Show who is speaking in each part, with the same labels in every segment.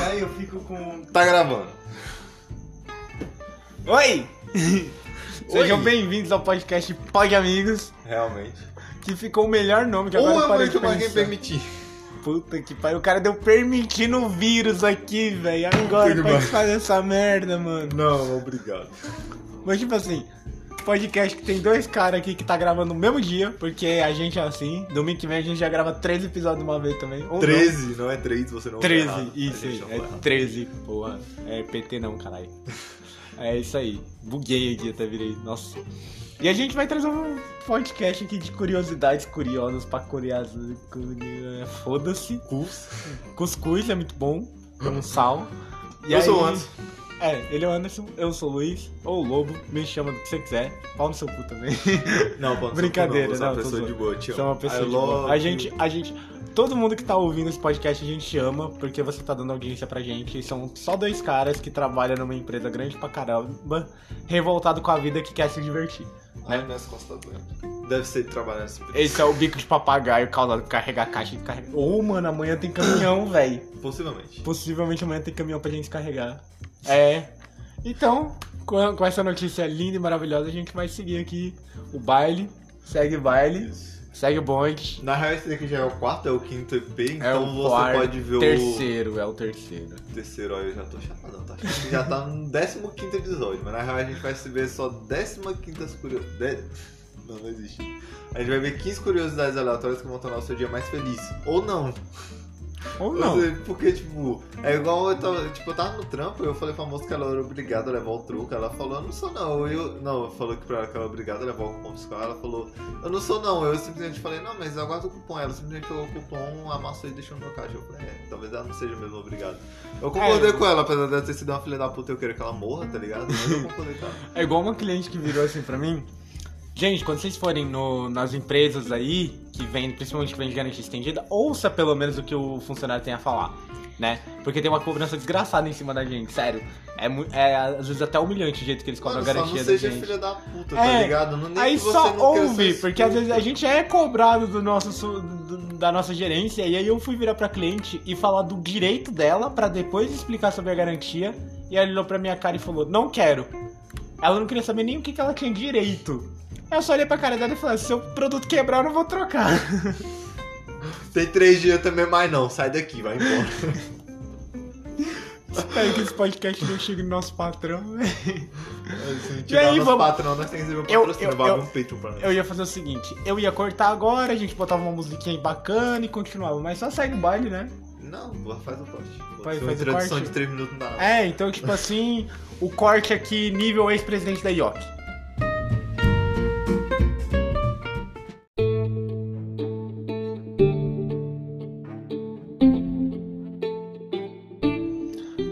Speaker 1: Aí eu fico com. Tá gravando.
Speaker 2: Oi! Sejam
Speaker 1: Oi.
Speaker 2: bem-vindos ao podcast Pode Amigos,
Speaker 1: Realmente.
Speaker 2: que ficou o melhor nome que
Speaker 1: Ou
Speaker 2: agora
Speaker 1: é
Speaker 2: eu parei de
Speaker 1: muito pra quem
Speaker 2: pensar.
Speaker 1: permitir.
Speaker 2: Puta que pariu, o cara deu permitindo o vírus aqui, velho. Agora
Speaker 1: que
Speaker 2: pode
Speaker 1: pariu.
Speaker 2: fazer essa merda, mano.
Speaker 1: Não, obrigado.
Speaker 2: Mas tipo assim, podcast que tem dois caras aqui que tá gravando no mesmo dia, porque a gente é assim. Domingo que vem a gente já grava 13 episódios de uma vez também. ou não.
Speaker 1: 13, não é 3, você não tá
Speaker 2: 13,
Speaker 1: errado. A
Speaker 2: isso
Speaker 1: gente
Speaker 2: aí.
Speaker 1: não
Speaker 2: É
Speaker 1: vai errar.
Speaker 2: 13, porra. É PT não, caralho. É isso aí. Buguei aqui até virei. Nossa. E a gente vai trazer um podcast aqui de curiosidades curiosas pra curiosas. Foda-se.
Speaker 1: Cus.
Speaker 2: Cuscuz é muito bom. Com sal. E
Speaker 1: Eu
Speaker 2: aí-
Speaker 1: sou o Anderson.
Speaker 2: É, ele é o Anderson, eu sou o Luiz, ou o Lobo, me chama do que você quiser. Pau no seu cu também.
Speaker 1: Não, pô, não sou
Speaker 2: Brincadeira,
Speaker 1: eu sou
Speaker 2: não,
Speaker 1: uma
Speaker 2: tô
Speaker 1: pessoa
Speaker 2: zoando.
Speaker 1: de boa, tio.
Speaker 2: Você é uma pessoa de boa. A gente, a gente, todo mundo que tá ouvindo esse podcast a gente ama, porque você tá dando audiência pra gente. E são só dois caras que trabalham numa empresa grande pra caramba, revoltado com a vida que quer se divertir.
Speaker 1: Ai, minhas costas doendo. Deve ser de trabalhar nessa
Speaker 2: Esse é o bico de papagaio causado por carregar caixa de carregar. Ô, mano, amanhã tem caminhão, velho.
Speaker 1: Possivelmente.
Speaker 2: Possivelmente amanhã tem caminhão pra gente carregar. É. Então, com, com essa notícia linda e maravilhosa, a gente vai seguir aqui o baile. Segue o baile,
Speaker 1: Isso.
Speaker 2: segue o bonde.
Speaker 1: Na real, esse daqui já é o quarto, é o quinto EP, então
Speaker 2: é o
Speaker 1: você
Speaker 2: quarto,
Speaker 1: pode ver
Speaker 2: terceiro, é o terceiro.
Speaker 1: o terceiro. Olha, eu já tô chapadão, tá? Acho que já tá no 15 episódio, mas na real a gente vai se ver só 15 curiosidades. Não, não existe. A gente vai ver 15 curiosidades aleatórias que vão tornar o seu dia mais feliz. Ou não.
Speaker 2: Ou
Speaker 1: Ou
Speaker 2: não?
Speaker 1: seja, Porque, tipo, é igual eu tava, tipo, eu tava no trampo e eu falei pra moça que ela era obrigada a levar o truco. Ela falou, eu não sou não. Eu, não, falou que pra ela que ela era obrigada a levar o cupom fiscal. Ela falou, eu não sou não. Eu simplesmente falei, não, mas eu guardo o cupom. Ela simplesmente pegou o cupom, amassou e deixou no meu caixa. Eu falei, é, talvez ela não seja mesmo obrigada. Eu concordei
Speaker 2: É.
Speaker 1: com ela, apesar dela ter sido uma filha da puta, eu queria que ela morra, tá ligado? Mas eu concordei com ela.
Speaker 2: É igual uma cliente que virou assim pra mim. Gente, quando vocês forem no- nas empresas aí, que vende, principalmente que vende garantia estendida, ouça pelo menos o que o funcionário tem a falar, né? Porque tem uma cobrança desgraçada em cima da gente, sério. É, mu- é, às vezes até humilhante o jeito que eles cobram
Speaker 1: Mano,
Speaker 2: a
Speaker 1: só não
Speaker 2: garantia da
Speaker 1: seja
Speaker 2: gente.
Speaker 1: filha da puta,
Speaker 2: É.
Speaker 1: tá ligado? Não, nem
Speaker 2: Aí
Speaker 1: que você
Speaker 2: só
Speaker 1: não queira ser
Speaker 2: ouve, porque às vezes a
Speaker 1: escroto.
Speaker 2: gente é cobrado do nosso, su- do- da nossa gerência, e aí eu fui virar pra cliente e falar do direito dela pra depois explicar sobre a garantia, e ela olhou pra minha cara e falou, não quero. Ela não queria saber nem o que, que ela tinha direito. Eu só olhei pra cara dela e falei, se o produto quebrar, eu não vou trocar.
Speaker 1: Tem três dias também, mas não, sai daqui, vai embora.
Speaker 2: Espero que esse podcast não chegue no nosso patrão, né? velho.
Speaker 1: Se
Speaker 2: E aí,
Speaker 1: tirar nosso
Speaker 2: vamos-
Speaker 1: patrão, nós temos que receber
Speaker 2: Eu-
Speaker 1: o patrocínio,
Speaker 2: eu-
Speaker 1: vai
Speaker 2: eu-
Speaker 1: abrir um Patreon pra nós.
Speaker 2: Eu ia fazer o seguinte, eu ia cortar agora, a gente botava uma musiquinha aí bacana e continuava, mas só segue o baile, né?
Speaker 1: Não, pô, faz o corte. Pô,
Speaker 2: Faz-
Speaker 1: se
Speaker 2: faz o
Speaker 1: uma introdução
Speaker 2: corte.
Speaker 1: de 3 minutos na...
Speaker 2: É, então, tipo assim, o corte aqui, nível ex-presidente da IOC.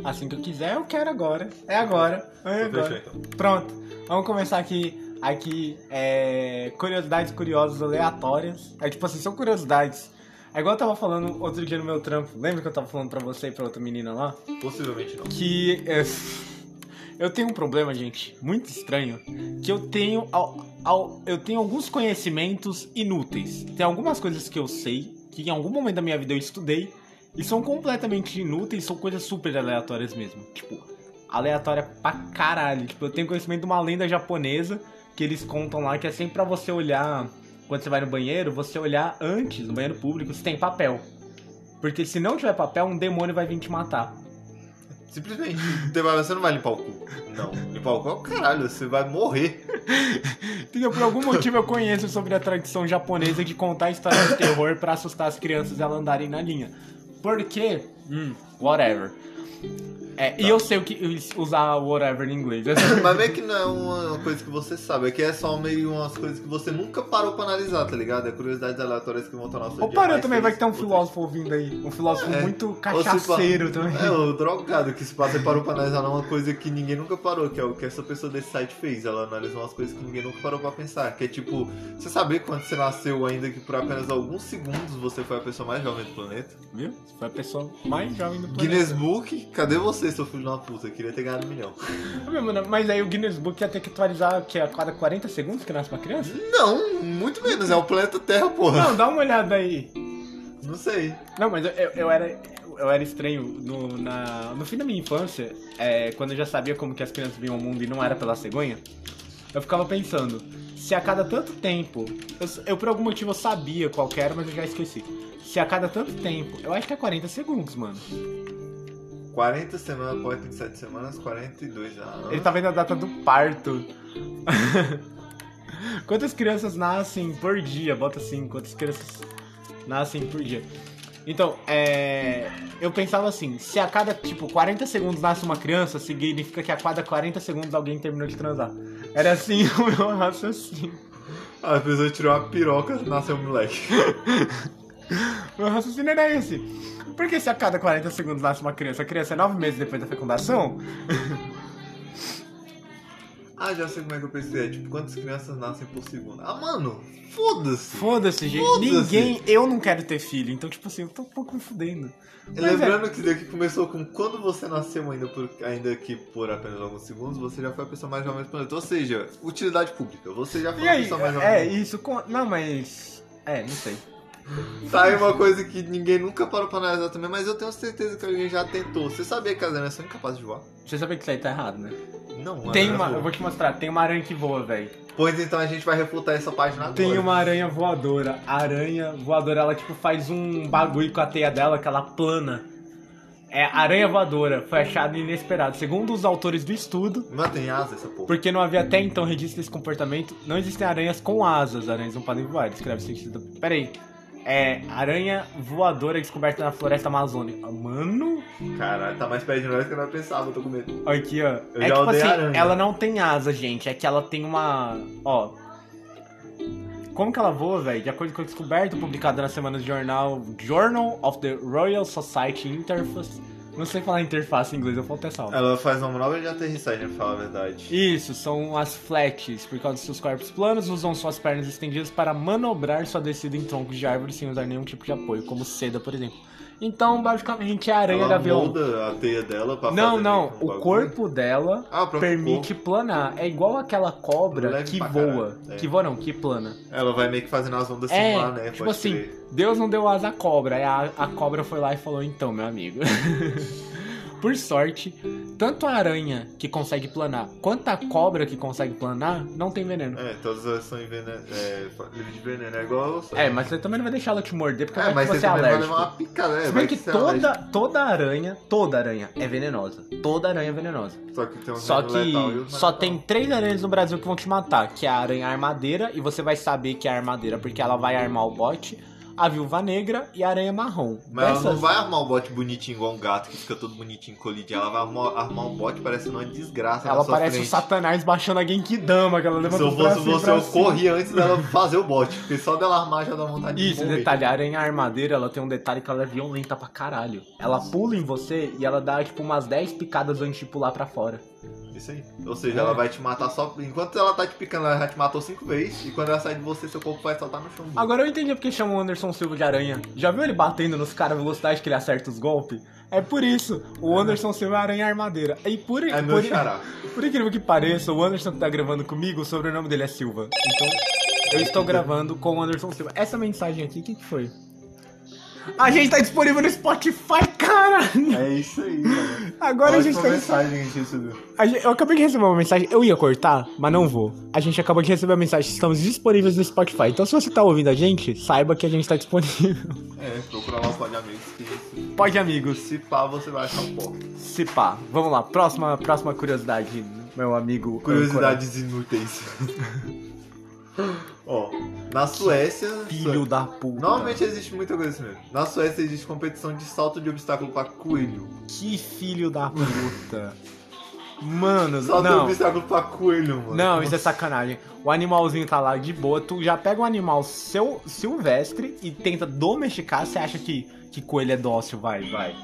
Speaker 2: Assim que eu quiser, eu quero agora. É agora. É
Speaker 1: Fechou,
Speaker 2: agora.
Speaker 1: então.
Speaker 2: Pronto, vamos começar aqui. Aqui é. Curiosidades curiosas aleatórias. É tipo assim, são curiosidades. É igual eu tava falando outro dia no meu trampo. Lembra que eu tava falando pra você e pra outra menina lá?
Speaker 1: Possivelmente não.
Speaker 2: que é, eu tenho um problema, gente, muito estranho, que eu tenho al- al- eu tenho alguns conhecimentos inúteis. Tem algumas coisas que eu sei que em algum momento da minha vida eu estudei e são completamente inúteis, são coisas super aleatórias mesmo, tipo aleatória pra caralho. Tipo, eu tenho conhecimento de uma lenda japonesa que eles contam lá que é sempre pra você olhar quando você vai no banheiro, você olhar antes no banheiro público se tem papel. Porque se não tiver papel, um demônio vai vir te matar.
Speaker 1: Simplesmente, você vai- você não vai limpar o cu. Não, limpar o cu é o caralho, você vai morrer.
Speaker 2: Entendeu? Por algum motivo eu conheço sobre a tradição japonesa de contar histórias de terror pra assustar as crianças e elas andarem na linha. Por quê? Hum, whatever. É, E eu sei o que usar whatever em inglês.
Speaker 1: Mas meio que não é uma coisa que você sabe, é que é só meio umas coisas que você nunca parou pra analisar, tá ligado? É curiosidades aleatórias que vão tornar o seu
Speaker 2: Ô,
Speaker 1: dia
Speaker 2: parou
Speaker 1: mais
Speaker 2: também, vai que tem um
Speaker 1: feliz.
Speaker 2: filósofo ouvindo aí. Um filósofo
Speaker 1: É.
Speaker 2: muito
Speaker 1: Ou se pa-
Speaker 2: cachaceiro também.
Speaker 1: É, o drogado que se passa e parou pra analisar uma coisa que ninguém nunca parou, que é o que essa pessoa desse site fez. Ela analisou umas coisas que ninguém nunca parou pra pensar. Que é tipo, você saber quando você nasceu, ainda que por apenas alguns segundos você foi a pessoa mais jovem do planeta.
Speaker 2: Viu? Você Foi a pessoa mais jovem do planeta.
Speaker 1: Guinness Book, cadê você, seu filho de uma puta? Queria ter ganhado um milhão.
Speaker 2: Meu, mano, Mas aí o Guinness Book ia ter que atualizar que é a cada 40 segundos que nasce uma criança?
Speaker 1: Não, muito menos, é o planeta Terra, porra.
Speaker 2: Não, dá uma olhada aí.
Speaker 1: Não sei.
Speaker 2: Não, mas eu, eu- eu era. eu era estranho no, na- no fim da minha infância, é, quando eu já sabia como que as crianças vinham ao mundo e não era pela cegonha, eu ficava pensando, se a cada tanto tempo, eu, eu por algum motivo eu sabia qual que era, mas eu já esqueci. Se a cada tanto tempo, eu acho que é 40 segundos, mano.
Speaker 1: 40 semanas, 47 semanas, 42 já.
Speaker 2: Ele tá vendo a data do parto. quantas crianças nascem por dia? Bota assim, quantas crianças nascem por dia. Então, é, eu pensava assim, se a cada, tipo, 40 segundos nasce uma criança, significa que a cada 40 segundos alguém terminou de transar. Era assim o meu raciocínio.
Speaker 1: Ah, A pessoa tirou a piroca e nasceu um moleque.
Speaker 2: Meu raciocínio era esse. Porque se a cada 40 segundos nasce uma criança, a criança é 9 meses depois da fecundação,
Speaker 1: Ah, já sei como é que eu pensei. É, tipo, quantas crianças nascem por segundo? Ah, mano, foda-se.
Speaker 2: Foda-se, gente.
Speaker 1: Foda-se.
Speaker 2: Ninguém. Eu não quero ter filho. Então, tipo assim, eu tô um pouco me fudendo. Mas é,
Speaker 1: Lembrando que isso daqui começou com quando você nasceu, ainda, por, ainda que por apenas alguns segundos, você já foi a pessoa mais jovem do planeta. Ou seja, utilidade pública. Você já foi
Speaker 2: e
Speaker 1: a
Speaker 2: aí?
Speaker 1: pessoa mais jovem. do
Speaker 2: É,
Speaker 1: mundo.
Speaker 2: isso. com- Não, mas. É, não sei.
Speaker 1: Tá aí uma coisa que ninguém nunca parou pra analisar também, mas eu tenho certeza que alguém já tentou. Você sabia que as aranhas são incapazes de voar?
Speaker 2: Você sabia que isso aí tá errado, né?
Speaker 1: Não,
Speaker 2: Tem
Speaker 1: aranha
Speaker 2: uma.
Speaker 1: voa.
Speaker 2: Eu vou te mostrar. Tem uma aranha que voa, velho.
Speaker 1: Pois então a gente vai refutar essa página agora.
Speaker 2: Tem uma aranha voadora. A aranha voadora, ela, tipo, faz um bagulho com a teia dela que ela plana. É, aranha voadora. Foi achado inesperado. Segundo os autores do estudo,
Speaker 1: Mas tem asa essa porra.
Speaker 2: Porque não havia até então registro desse comportamento, não existem aranhas com asas. Aranhas não podem voar, descreve o cientista. Pera aí. É, aranha voadora descoberta na floresta amazônica. Mano,
Speaker 1: Caralho, tá mais perto de nós que eu não pensava, eu tô com medo.
Speaker 2: aqui ó.
Speaker 1: Eu
Speaker 2: é
Speaker 1: já
Speaker 2: tipo
Speaker 1: odeio
Speaker 2: assim,
Speaker 1: aranha.
Speaker 2: ela não tem asa, gente. É que ela tem uma. Ó. Como que ela voa, velho? De acordo com a descoberta publicada na semana do jornal Journal of the Royal Society Interface. Não sei falar interface em inglês, eu falo até salvo.
Speaker 1: Ela faz uma manobra de aterrissagem, pra falar a verdade.
Speaker 2: Isso, são as flats. Por causa dos seus corpos planos, usam suas pernas estendidas para manobrar sua descida em troncos de árvores sem usar nenhum tipo de apoio, como seda, por exemplo. Então, basicamente, é a aranha
Speaker 1: ela
Speaker 2: gavião.
Speaker 1: molda a teia dela pra
Speaker 2: Não,
Speaker 1: fazer
Speaker 2: não.
Speaker 1: meio que um
Speaker 2: O
Speaker 1: bagulho.
Speaker 2: corpo dela
Speaker 1: Ah, o próprio
Speaker 2: permite planar. É igual aquela cobra
Speaker 1: Leve
Speaker 2: que
Speaker 1: pra
Speaker 2: voa.
Speaker 1: caralho, é.
Speaker 2: Que voa não, que plana.
Speaker 1: corpo. Ela vai meio que fazendo as ondas
Speaker 2: É,
Speaker 1: assim lá, né?
Speaker 2: tipo
Speaker 1: Pode
Speaker 2: assim,
Speaker 1: crer.
Speaker 2: Deus não deu asa à cobra. Aí a, a cobra foi lá e falou: então, meu amigo. Por sorte, tanto a aranha que consegue planar quanto a cobra que consegue planar não tem veneno.
Speaker 1: É, todas elas são envenenadas. É, fa- livre de veneno, é igual.
Speaker 2: É, mas você também não vai deixar ela te morder porque
Speaker 1: É,
Speaker 2: vai
Speaker 1: mas
Speaker 2: que
Speaker 1: você
Speaker 2: você é
Speaker 1: também vai
Speaker 2: alérgico.
Speaker 1: levar uma picada, né?
Speaker 2: Se
Speaker 1: Vai
Speaker 2: bem que
Speaker 1: você é
Speaker 2: toda,
Speaker 1: alérgico.
Speaker 2: toda aranha, toda aranha é venenosa. Toda aranha é venenosa.
Speaker 1: Só que tem um
Speaker 2: Só
Speaker 1: veneno letal e
Speaker 2: que
Speaker 1: outro
Speaker 2: só
Speaker 1: letal.
Speaker 2: tem três aranhas no Brasil que vão te matar, que é a aranha armadeira, e você vai saber que é a armadeira porque ela vai armar o bote, a viúva negra e a aranha marrom. Então é
Speaker 1: Mas ela não
Speaker 2: Dessas-
Speaker 1: vai armar um bote bonitinho igual um gato que fica todo bonitinho colidinho. Ela vai armar, armar um bote parecendo uma desgraça.
Speaker 2: Ela
Speaker 1: na sua
Speaker 2: parece um
Speaker 1: frente.
Speaker 2: o satanás baixando a Genkidama, que ela
Speaker 1: Se
Speaker 2: levanta
Speaker 1: eu
Speaker 2: os
Speaker 1: fosse
Speaker 2: braços
Speaker 1: você,
Speaker 2: pra
Speaker 1: eu
Speaker 2: cima.
Speaker 1: corria antes dela fazer o bote. Porque só dela armar já dá vontade de
Speaker 2: Isso, né?
Speaker 1: morrer.
Speaker 2: detalhe, a aranha armadeira, ela tem um detalhe que ela é violenta pra caralho. Ela pula em você e ela dá, tipo, umas 10 picadas antes de pular pra fora.
Speaker 1: Isso aí. Ou seja,
Speaker 2: É.
Speaker 1: ela vai te matar só. Enquanto ela tá te picando, ela já te matou cinco vezes. E quando ela sai de você, seu corpo vai saltar no chão.
Speaker 2: Agora eu entendi porque chamam o Anderson Silva de aranha. Já viu ele batendo nos caras a velocidade que ele acerta os golpes? É por isso, o Anderson Silva é aranha armadeira. E por,
Speaker 1: É meu
Speaker 2: por,
Speaker 1: xará.
Speaker 2: por incrível que pareça, o Anderson que tá gravando comigo, o sobrenome dele é Silva. Então, eu estou gravando com o Anderson Silva. Essa mensagem aqui, o que, que foi? A gente tá disponível no Spotify, caralho!
Speaker 1: É isso aí, mano.
Speaker 2: Agora a gente tá
Speaker 1: mensagem que a gente recebeu.
Speaker 2: a gente- eu acabei de receber uma mensagem, eu ia cortar, mas não vou. A gente acabou de receber a mensagem, estamos disponíveis no Spotify. Então se você tá ouvindo a gente, saiba que a gente tá disponível.
Speaker 1: É, procura lá o pó de amigos que se-
Speaker 2: Pode, amigos.
Speaker 1: se pá, você vai achar o pó.
Speaker 2: Se pá. Vamos lá, próxima, próxima curiosidade, meu amigo.
Speaker 1: Curiosidades inúteis. Ó, na Suécia.
Speaker 2: âncora.
Speaker 1: Sué-
Speaker 2: Filho da puta.
Speaker 1: Normalmente existe muita coisa assim mesmo. Na Suécia existe competição de salto de obstáculo pra coelho.
Speaker 2: Que filho da puta. Mano,
Speaker 1: Salto de
Speaker 2: não.
Speaker 1: obstáculo pra coelho, mano.
Speaker 2: Não, isso é sacanagem. O animalzinho tá lá de boa, tu já pega um animal seu, silvestre e tenta domesticar, você acha que, que coelho é dócil, vai, vai.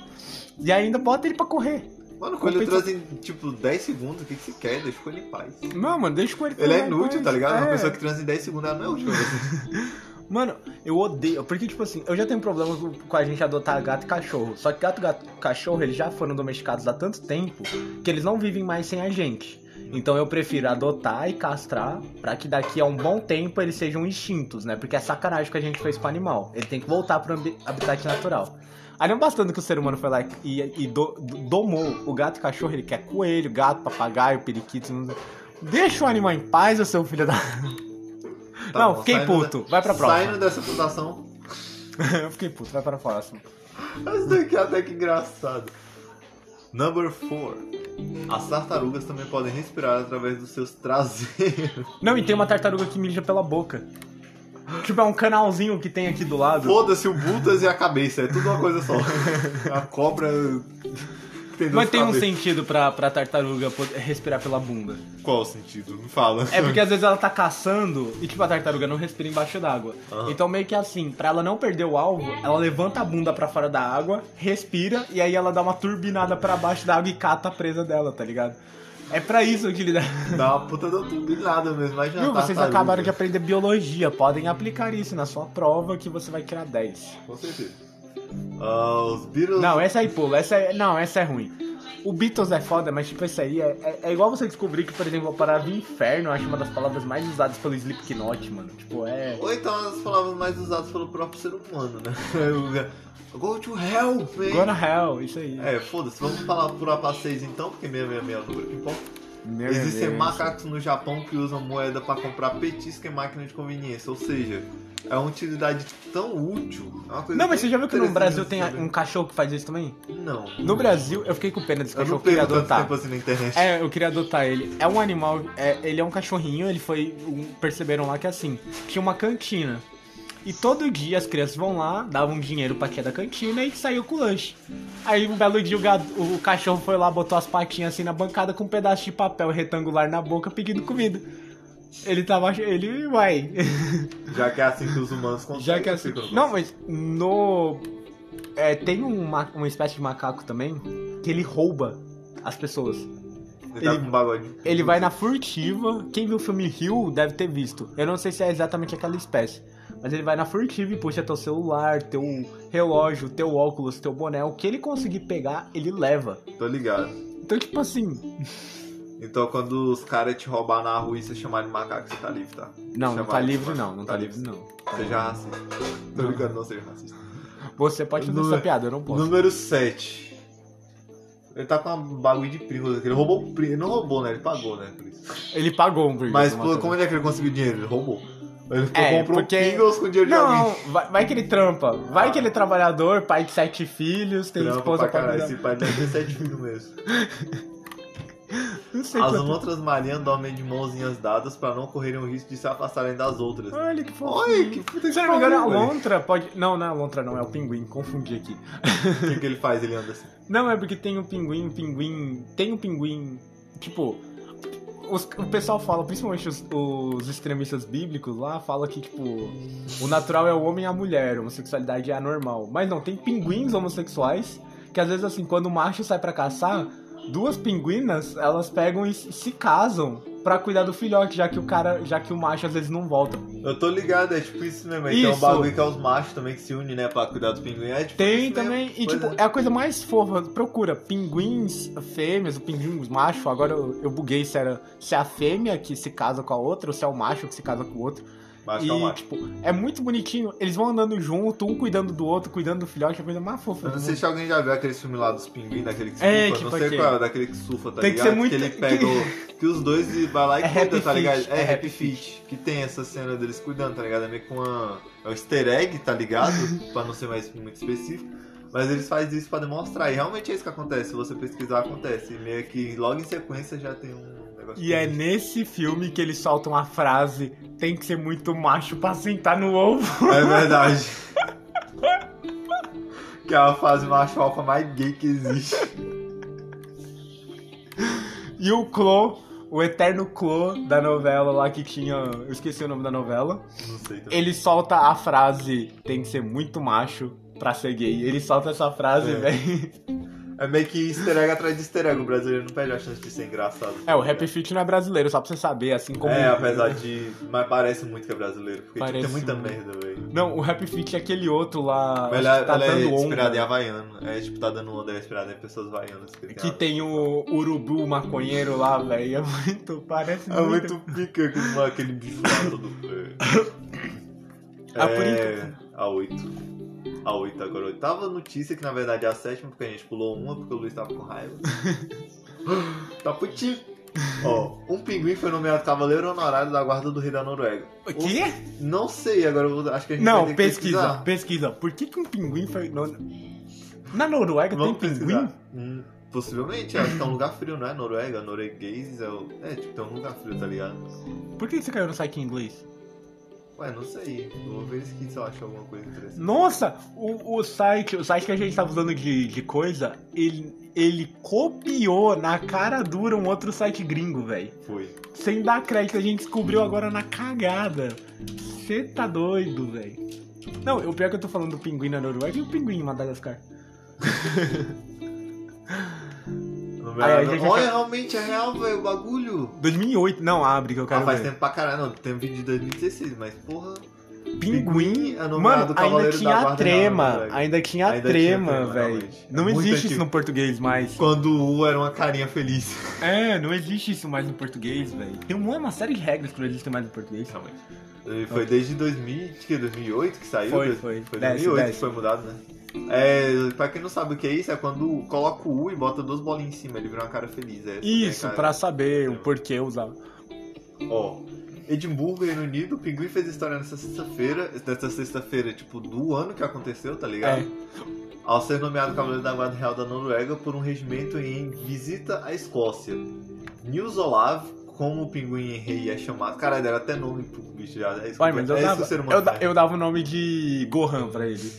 Speaker 2: E ainda bota ele pra correr.
Speaker 1: Mano, o coelho
Speaker 2: competição-
Speaker 1: traz em tipo 10 segundos, o que, que você quer? Deixa o coelho em paz.
Speaker 2: Não, mano, deixa o coelho
Speaker 1: Ele é
Speaker 2: correr,
Speaker 1: inútil,
Speaker 2: mas-
Speaker 1: tá ligado? Uma
Speaker 2: É.
Speaker 1: pessoa que transa em 10 segundos ela não é útil. pra você.
Speaker 2: Mano, eu odeio. Porque, tipo assim, eu já tenho problemas com a gente adotar gato e cachorro. Só que gato, gato e cachorro, eles já foram domesticados há tanto tempo que eles não vivem mais sem a gente. Então eu prefiro adotar e castrar pra que daqui a um bom tempo eles sejam extintos, né? Porque é sacanagem que a gente fez com o animal. Ele tem que voltar pro ambi- habitat natural. Aí não bastando que o ser humano foi lá e, e do- domou o gato e o cachorro, ele quer coelho, gato, papagaio, periquito. Não... Deixa o animal em paz, ô seu filho da.
Speaker 1: Tá
Speaker 2: não,
Speaker 1: bom,
Speaker 2: fiquei
Speaker 1: saindo
Speaker 2: puto. Vai pra
Speaker 1: da-
Speaker 2: próxima.
Speaker 1: Saindo dessa putação.
Speaker 2: Eu fiquei puto, vai pra próxima.
Speaker 1: Essa daqui é até que engraçado. Number 4. As tartarugas também podem respirar através dos seus traseiros.
Speaker 2: Não, e tem uma tartaruga que mija pela boca. Tipo, é um canalzinho que tem aqui do lado.
Speaker 1: Foda-se o Butas e a cabeça, é tudo uma coisa só. A cobra. que Tem duas
Speaker 2: Mas tem um
Speaker 1: cabeças.
Speaker 2: sentido pra, pra tartaruga pod- respirar pela bunda.
Speaker 1: Qual o sentido? Me fala.
Speaker 2: É porque às vezes ela tá caçando e, tipo, a tartaruga não respira embaixo d'água.
Speaker 1: Aham.
Speaker 2: Então, meio que assim, pra ela não perder o alvo, ela levanta a bunda pra fora da água, respira e aí ela dá uma turbinada pra baixo da água e cata a presa dela, tá ligado? É pra isso que ele dá.
Speaker 1: Dá uma puta da turbinada mesmo, mas já
Speaker 2: Viu? Vocês
Speaker 1: tartaruga.
Speaker 2: acabaram de aprender biologia. Podem aplicar isso na sua prova que você vai tirar 10.
Speaker 1: Com certeza. Ah, os Beatles.
Speaker 2: Não, essa aí pula. Essa é... Não, essa é ruim. O Beatles é foda, mas tipo, essa aí é, é, é igual você descobrir que, por exemplo, a palavra inferno eu acho uma das palavras mais usadas pelo Slipknot, mano. Tipo, é.
Speaker 1: Ou então as palavras mais usadas pelo próprio ser humano, né? Eu- Go to hell, man.
Speaker 2: Gonna hell, isso aí.
Speaker 1: É, foda-se, vamos falar por APA 6 então, porque 666 é o número que importa.
Speaker 2: Meu
Speaker 1: Existem
Speaker 2: Deus.
Speaker 1: macacos no Japão que usam moeda pra comprar petisca e máquina de conveniência, ou seja, é uma utilidade tão útil. É uma coisa
Speaker 2: Não, mas você
Speaker 1: bem
Speaker 2: já viu que no
Speaker 1: interessante
Speaker 2: Brasil
Speaker 1: de
Speaker 2: tem
Speaker 1: saber.
Speaker 2: um cachorro que faz isso também?
Speaker 1: Não.
Speaker 2: No Brasil, eu fiquei com pena desse
Speaker 1: Eu não
Speaker 2: cachorro, eu queria
Speaker 1: perco tanto
Speaker 2: adotar.
Speaker 1: tempo assim na internet.
Speaker 2: É, eu queria adotar ele. É um animal, é, ele é um cachorrinho, ele foi. um- perceberam lá que assim, tinha uma cantina. E todo dia as crianças vão lá, davam dinheiro pra tia da cantina e saiu com o lanche. Aí um belo dia o, gado- o cachorro foi lá, botou as patinhas assim na bancada com um pedaço de papel retangular na boca pedindo comida. Ele tava. ach- Ele. Uai.
Speaker 1: Já que é assim que os humanos conseguem. tipo,
Speaker 2: Já que é assim.
Speaker 1: fica no
Speaker 2: Não,
Speaker 1: nosso.
Speaker 2: mas no. é, tem um ma- uma espécie de macaco também que ele rouba as pessoas.
Speaker 1: Ele tá
Speaker 2: ele-
Speaker 1: com um bagulho.
Speaker 2: Ele vai na furtiva. Quem viu o filme Rio deve ter visto. Eu não sei se é exatamente aquela espécie. Mas ele vai na furtiva e puxa teu celular, teu relógio, teu óculos, teu boné. O que ele conseguir pegar, ele leva.
Speaker 1: Tô ligado.
Speaker 2: Então, tipo assim.
Speaker 1: Então quando os caras te roubar na rua e você chamar de macaco, você tá livre, tá?
Speaker 2: Não, não
Speaker 1: Chamado
Speaker 2: tá
Speaker 1: de
Speaker 2: livre,
Speaker 1: macaco.
Speaker 2: não. Não tá livre, não.
Speaker 1: Seja racista. Tô
Speaker 2: Não.
Speaker 1: ligado, não seja racista.
Speaker 2: Você pode fazer
Speaker 1: Número-
Speaker 2: essa piada, eu não posso.
Speaker 1: Número 7. Ele tá com um bagulho de Pringles aqui. Ele roubou um Pringles. Ele não roubou, né? Ele pagou, né? por isso.
Speaker 2: Ele pagou um Pringles.
Speaker 1: Mas
Speaker 2: uma
Speaker 1: pô,
Speaker 2: vez.
Speaker 1: como é que ele conseguiu dinheiro? Ele roubou. Ele ficou-
Speaker 2: É,
Speaker 1: comprou um
Speaker 2: porque-
Speaker 1: Pringles com dinheiro de
Speaker 2: Não,
Speaker 1: alguém.
Speaker 2: vai, vai que ele trampa. Vai que ele é trabalhador, pai de sete filhos, tem
Speaker 1: Trampa
Speaker 2: esposa
Speaker 1: pra
Speaker 2: pra
Speaker 1: caralho.
Speaker 2: cuidar.
Speaker 1: Esse pai deve ter 7 filhos mesmo.
Speaker 2: Não sei
Speaker 1: As
Speaker 2: quanto.
Speaker 1: outras Marian dormem de mãozinhas dadas pra não correrem o risco de se afastarem das outras.
Speaker 2: Olha que fofo.
Speaker 1: Olha que puta que
Speaker 2: Se eu não me engano, é um a
Speaker 1: pariu, velho.
Speaker 2: lontra pode. Não, não é a lontra, não, é o pinguim, confundi aqui.
Speaker 1: O que, que ele faz? Ele anda assim.
Speaker 2: Não, é porque tem o pinguim, o pinguim. Tem o pinguim. Tipo. os- o pessoal fala, principalmente os, os extremistas bíblicos lá, fala que, tipo, o natural é o homem e a mulher, a homossexualidade é anormal. Mas não, tem pinguins homossexuais que às vezes, assim, quando o macho sai pra caçar, duas pinguinas, elas pegam e se se casam pra cuidar do filhote, já que o cara, já que o macho às vezes não volta.
Speaker 1: Eu tô ligado, é tipo isso mesmo. Aí Tem um
Speaker 2: Isso.
Speaker 1: bagulho que é os machos também que se unem, né? Pra cuidar do pinguim. É tipo
Speaker 2: Tem
Speaker 1: isso mesmo.
Speaker 2: também, e
Speaker 1: Pois
Speaker 2: tipo,
Speaker 1: é.
Speaker 2: é. a coisa mais fofa. Procura pinguins fêmeas, o pinguim macho. Agora eu, eu buguei se era se é a fêmea que se casa com a outra ou se é o macho que se casa com o outro.
Speaker 1: Macho
Speaker 2: e,
Speaker 1: é um macho.
Speaker 2: tipo, é muito bonitinho. Eles vão andando junto, um cuidando do outro, cuidando do filhote, é a coisa mais fofa.
Speaker 1: Eu
Speaker 2: do
Speaker 1: não sei
Speaker 2: mundo.
Speaker 1: se alguém já viu aquele filme lá dos pinguins, daquele que surfa,
Speaker 2: É,
Speaker 1: eu
Speaker 2: tipo
Speaker 1: não sei
Speaker 2: aquele.
Speaker 1: qual é, daquele que surfa, tá
Speaker 2: Tem que
Speaker 1: ligado?
Speaker 2: ser muito-
Speaker 1: Que ele pega o... Que os dois e vai lá e
Speaker 2: É
Speaker 1: cuida,
Speaker 2: Happy
Speaker 1: tá ligado?
Speaker 2: Feet,
Speaker 1: É,
Speaker 2: é
Speaker 1: Happy Feet. Que tem essa cena deles cuidando, tá ligado? É meio que uma... É um easter egg, tá ligado? pra não ser mais muito específico. Mas eles fazem isso pra demonstrar. E realmente é isso que acontece. Se você pesquisar, acontece. E meio que logo em sequência já tem um negócio...
Speaker 2: E é
Speaker 1: desse.
Speaker 2: nesse filme que eles soltam a frase: tem que ser muito macho pra sentar no ovo.
Speaker 1: É verdade. que é a fase macho alfa mais gay que existe.
Speaker 2: E o Clo, o eterno Clo da novela lá que tinha. Eu esqueci o nome da novela.
Speaker 1: Não sei também.
Speaker 2: ele solta a frase tem que ser muito macho pra ser gay. Ele solta essa frase,
Speaker 1: É.
Speaker 2: velho.
Speaker 1: É meio que easter egg atrás de easter egg. O brasileiro não perde a chance de ser engraçado.
Speaker 2: É, o Happy Feet não é brasileiro, só pra você saber, assim como.
Speaker 1: É, apesar de. Mas parece muito que é brasileiro, porque tipo,
Speaker 2: Parece
Speaker 1: tem muita
Speaker 2: muito.
Speaker 1: merda, velho.
Speaker 2: Não, o Happy Feet é aquele outro lá
Speaker 1: Mas
Speaker 2: acho
Speaker 1: ela,
Speaker 2: que tá
Speaker 1: ela é
Speaker 2: dando
Speaker 1: inspirada em
Speaker 2: onda.
Speaker 1: havaiano. É tipo, tá dando onda, é inspirada em pessoas havaianas. tá
Speaker 2: Que
Speaker 1: uma-
Speaker 2: tem um o urubu maconheiro lá, velho. É muito. Parece
Speaker 1: É muito pica aquele, aquele bicho lá todo. É,
Speaker 2: Ah, por
Speaker 1: é... A 8. a oito agora. Oitava notícia, que na verdade é a sétima, porque a gente pulou uma porque o Luiz tava com raiva. tá putinho. Ó, um pinguim foi nomeado Cavaleiro Honorário da Guarda do Rei da Noruega.
Speaker 2: O quê?
Speaker 1: Não sei, agora eu vou- acho que a gente vai
Speaker 2: Não,
Speaker 1: ter que
Speaker 2: pesquisa,
Speaker 1: pesquisar.
Speaker 2: pesquisa. Por que, que um pinguim foi. no- Na Noruega
Speaker 1: Vamos
Speaker 2: tem pinguim?
Speaker 1: pesquisar. Hum, possivelmente, acho que é um lugar frio, não é? Noruega, norueguês é o... É, tipo, tem um lugar frio, tá ligado?
Speaker 2: Por que você caiu no site em inglês?
Speaker 1: Ué, não sei. Eu Vou ver se eu acho alguma coisa interessante.
Speaker 2: Nossa, o, o site, o site que a gente tava usando de, de coisa, ele, ele copiou na cara dura um outro site gringo, velho.
Speaker 1: Foi.
Speaker 2: Sem dar crédito, a gente descobriu agora na cagada. Você tá doido, velho. Não, o pior é que eu tô falando do pinguim na Noruega e o pinguim em Madagascar.
Speaker 1: Nomeado-
Speaker 2: Aí, a gente tá-
Speaker 1: Olha,
Speaker 2: vai-
Speaker 1: realmente é real, velho, o bagulho.
Speaker 2: 2008, não, abre que eu quero
Speaker 1: Ah, faz
Speaker 2: ver.
Speaker 1: tempo pra caralho. Não, tem vídeo de 2016, mas porra...
Speaker 2: Pinguim,
Speaker 1: Pinguim é nomeado
Speaker 2: mano, ainda
Speaker 1: Cavaleiro da
Speaker 2: tinha a
Speaker 1: Guarda
Speaker 2: trema,
Speaker 1: Real, né?
Speaker 2: ainda tinha É a
Speaker 1: Ainda
Speaker 2: trema,
Speaker 1: tinha trema,
Speaker 2: velho.
Speaker 1: realmente.
Speaker 2: Não
Speaker 1: Muito
Speaker 2: existe isso
Speaker 1: antigo.
Speaker 2: no português mais.
Speaker 1: Quando o U era uma carinha feliz.
Speaker 2: É, não existe isso mais no português, velho. Tem uma uma série de regras que não existem mais no português.
Speaker 1: Realmente. E foi desde 2000, que 2008 que saiu?
Speaker 2: Foi,
Speaker 1: Dois-
Speaker 2: foi.
Speaker 1: Foi
Speaker 2: Desce,
Speaker 1: 2008 que
Speaker 2: desce.
Speaker 1: foi mudado, né? É, pra quem não sabe o que é isso, é quando coloca o U e bota duas bolinhas em cima, ele vira uma cara feliz. É,
Speaker 2: Isso,
Speaker 1: é, cara.
Speaker 2: pra saber o porquê usar.
Speaker 1: Ó, Edimburgo, Reino Unido, o Pinguim fez história nessa sexta-feira, nessa sexta-feira, tipo, do ano que aconteceu, tá ligado?
Speaker 2: É.
Speaker 1: Ao ser nomeado Cavaleiro da Guarda Real da Noruega por um regimento em visita à Escócia. Nils Olav, como o Pinguim Rei é chamado. Caralho, era até nome pro bicho já. É isso,
Speaker 2: Pai, mas eu,
Speaker 1: é isso
Speaker 2: dava,
Speaker 1: o ser humano
Speaker 2: eu, da-
Speaker 1: faz.
Speaker 2: eu dava o nome de Gohan pra ele.